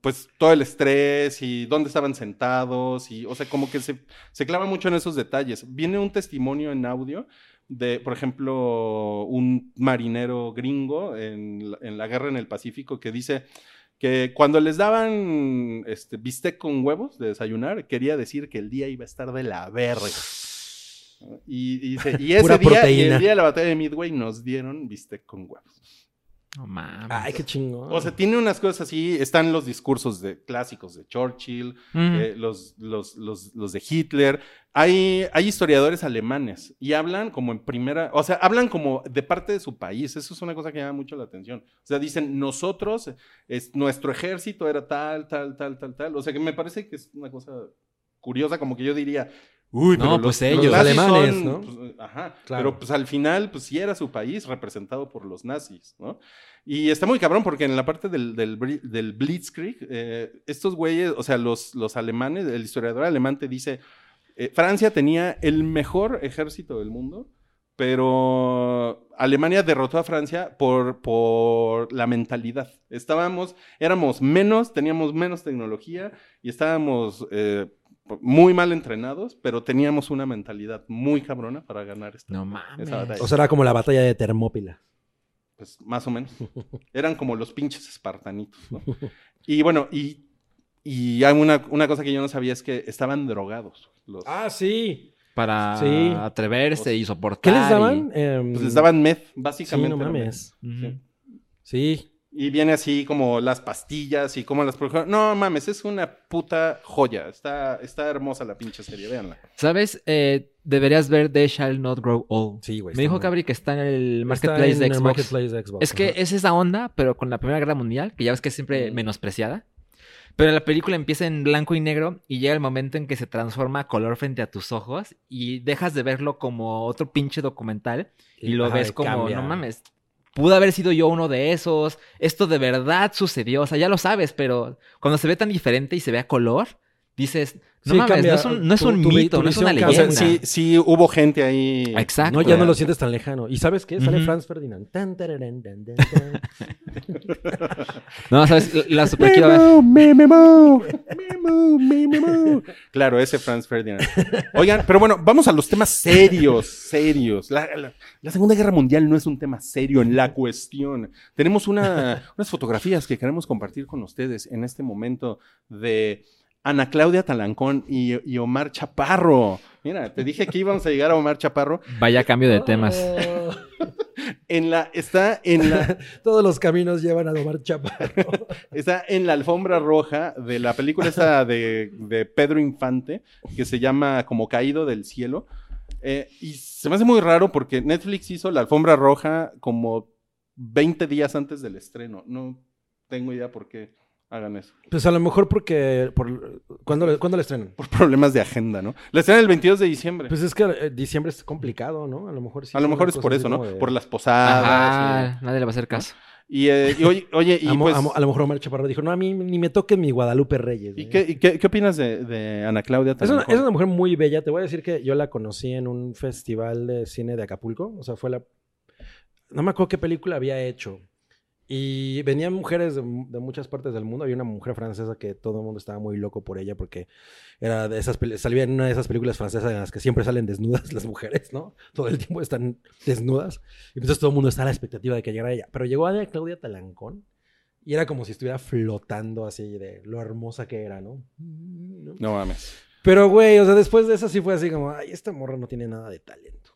pues todo el estrés y dónde estaban sentados y, o sea, como que se, se clava mucho en esos detalles. Viene un testimonio en audio de, por ejemplo, un marinero gringo en, la- en la guerra en el Pacífico que dice que cuando les daban este, bistec con huevos de desayunar, quería decir que el día iba a estar de la
(sighs)
verga. Y, y dice, y ese día,
(laughs) Pura
y
proteína.
el día de la batalla de Midway nos dieron bistec con huevos.
(laughs) No mames.
Ay, qué chingón.
O sea, tiene unas cosas así, están los discursos de clásicos de Churchill,
Mm.
eh, los, los, los, los de Hitler. Hay, hay historiadores alemanes y hablan como en primera, o sea, hablan como de parte de su país. Eso es una cosa que llama mucho la atención. O sea, dicen, nosotros, es, nuestro ejército era tal, tal, tal, tal, tal. O sea, que me parece que es una cosa curiosa, como que yo diría, uy,
No,
pero
pues
pero
ellos,
nazis
alemanes,
son,
¿no?
pues, ajá,
Claro.
pero pues al final, pues sí era su país representado por los nazis, ¿no? Y está muy cabrón porque en la parte del, del, Bri- del Blitzkrieg, eh, estos güeyes, o sea, los, los alemanes, el historiador alemán te dice, eh, Francia tenía el mejor ejército del mundo, pero Alemania derrotó a Francia por, por la mentalidad. Estábamos, éramos menos, teníamos menos tecnología y estábamos eh, muy mal entrenados, pero teníamos una mentalidad muy cabrona para ganar esta,
No
esa
mames.
batalla.
O sea, era como la batalla de Termópila.
Pues más o
(laughs)
menos. Eran como los pinches espartanitos, ¿no? Y bueno, y, y hay una, una cosa que yo no sabía es que estaban drogados. Los,
Ah. sí.
Para
Sí.
atreverse y soportar.
¿Qué les
y-
daban? Em,
pues les daban meth,
Sí,
básicamente.
no
era meth.
mames.
Ujú.
Sí.
Y viene así como las pastillas y como las... produjeron. No mames, es una puta joya. Está, está hermosa la pinche serie, véanla.
¿Sabes? Eh, deberías ver They Shall Not Grow Old.
Sí,
Me
güey. está
dijo
muy-
Cabri que está en el
Está
marketplace
Este en
de
el
Xbox.
marketplace de Xbox,
Es que
ajá.
es esa onda, pero con la Primera Guerra Mundial, que ya ves que es siempre
Mm.
menospreciada. Pero la película empieza en blanco y negro y llega el momento en que se transforma a color frente a tus ojos y dejas de verlo como otro pinche documental y lo
Ajá,
ves como,
cambia.
no mames, pude haber sido yo uno de esos, esto de verdad sucedió, o sea, ya lo sabes, pero cuando se ve tan diferente y se ve a color, dices, no
Sí,
mames,
cambia,
no es un, no es
tu-
un
tu vi-
mito,
tu
no es una
visión
O
leyenda.
cambia.
sea, sí, sí hubo gente ahí...
Exacto.
No, ya no lo sientes tan lejano. ¿Y sabes qué? Sale
Ujú.
Franz Ferdinand. Tan, tararán, tan, tan, tan.
No, sabes, la- la super
(laughs)
quiero ver.
Claro, ese Franz Ferdinand. Oigan, pero bueno, vamos a los temas serios, serios. La, la- la Segunda Guerra Mundial no es un tema serio en la cuestión. Tenemos una- unas fotografías que queremos compartir con ustedes en este momento de Ana Claudia Talancón y, y Omar Chaparro. Mira, te dije que íbamos a llegar a Omar Chaparro.
Vaya cambio de temas.
Oh,
En la, está en la,
Todos los caminos llevan a Omar Chaparro. (laughs)
Está en la alfombra roja de la película
(laughs)
esta de, de Pedro Infante, que se llama como Caído del Cielo. Eh, y se me hace muy raro porque Netflix hizo la alfombra roja como 20 días antes del estreno. No tengo idea por qué hagan eso.
Pues a lo mejor porque... Por, ¿cuándo, le- ¿Cuándo le estrenan?
Por problemas de agenda, ¿no? La estrenan el 22 de diciembre.
Pues es que eh, diciembre es complicado, ¿no? A lo mejor sí.
a lo
fue
mejor
una
es
cosa
por
así
eso, ¿no?
como de-
Por las posadas.
Ajá, nadie le va a hacer caso.
Y, eh, y oye, oye, y
Amo-
pues-
amo- a lo mejor Omar Chaparro dijo, no, a mí ni me toquen mi Guadalupe Reyes.
¿y
¿eh?".
qué, y qué- qué opinas de, de Ana Claudia?
Es una,
Talancón?
es una mujer muy bella. Te voy a decir que yo la conocí en un festival de cine de Acapulco. O sea, fue la... No me acuerdo qué película había hecho. Y venían mujeres de, de muchas partes del mundo. Había una mujer francesa que todo el mundo estaba muy loco por ella porque era de esas pel- salía en una de esas películas francesas en las que siempre salen desnudas (laughs) las mujeres, ¿no? Todo el tiempo están desnudas. Y entonces todo el mundo está a la expectativa de que llegara ella. Pero llegó Ana Claudia Talancón y era como si estuviera flotando así de lo hermosa que era, ¿no? ¿No?
No mames.
Pero, güey, o sea, después de eso sí fue así como, ay, esta morra no tiene nada de talento.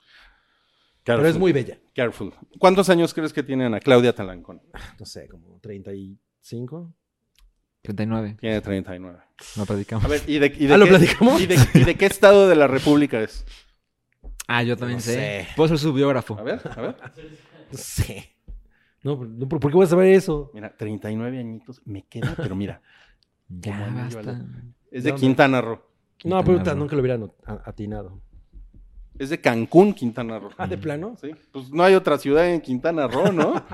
Pero es muy bella.
Careful. ¿Cuántos años crees que tiene Ana Claudia Talancón?
No sé, como 35.
39.
Tiene 39.
No
A
platicamos.
ver, ¿y de, y de
(laughs) Ah, ¿lo
qué-
platicamos?
y de- y de qué estado de la república es?
Ah, yo también
No
sé.
sé.
Puedo ser su biógrafo.
A ver, a ver.
No sé. No, pero- no, pero ¿por qué voy a saber eso?
Mira, 39 añitos me queda, pero mira,
Ya
Como anillo al
basta.
es
(laughs)
de
¿De dónde?
Quintana Roo.
no, pero
Quintana
puta,
Roo.
nunca lo hubiera not- a- atinado.
Es de Cancún, Quintana Roo.
Ah, ¿de plano?
Sí, pues no hay otra ciudad en Quintana Roo,
(laughs)
¿no?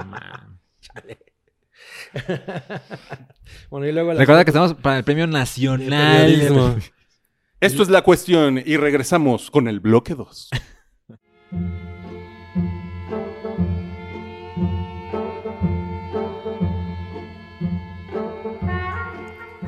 Bueno, y luego... la-
Recuerda que estamos para el premio nacional.
Periodismo.
Esto es la cuestión y regresamos con el bloque 2.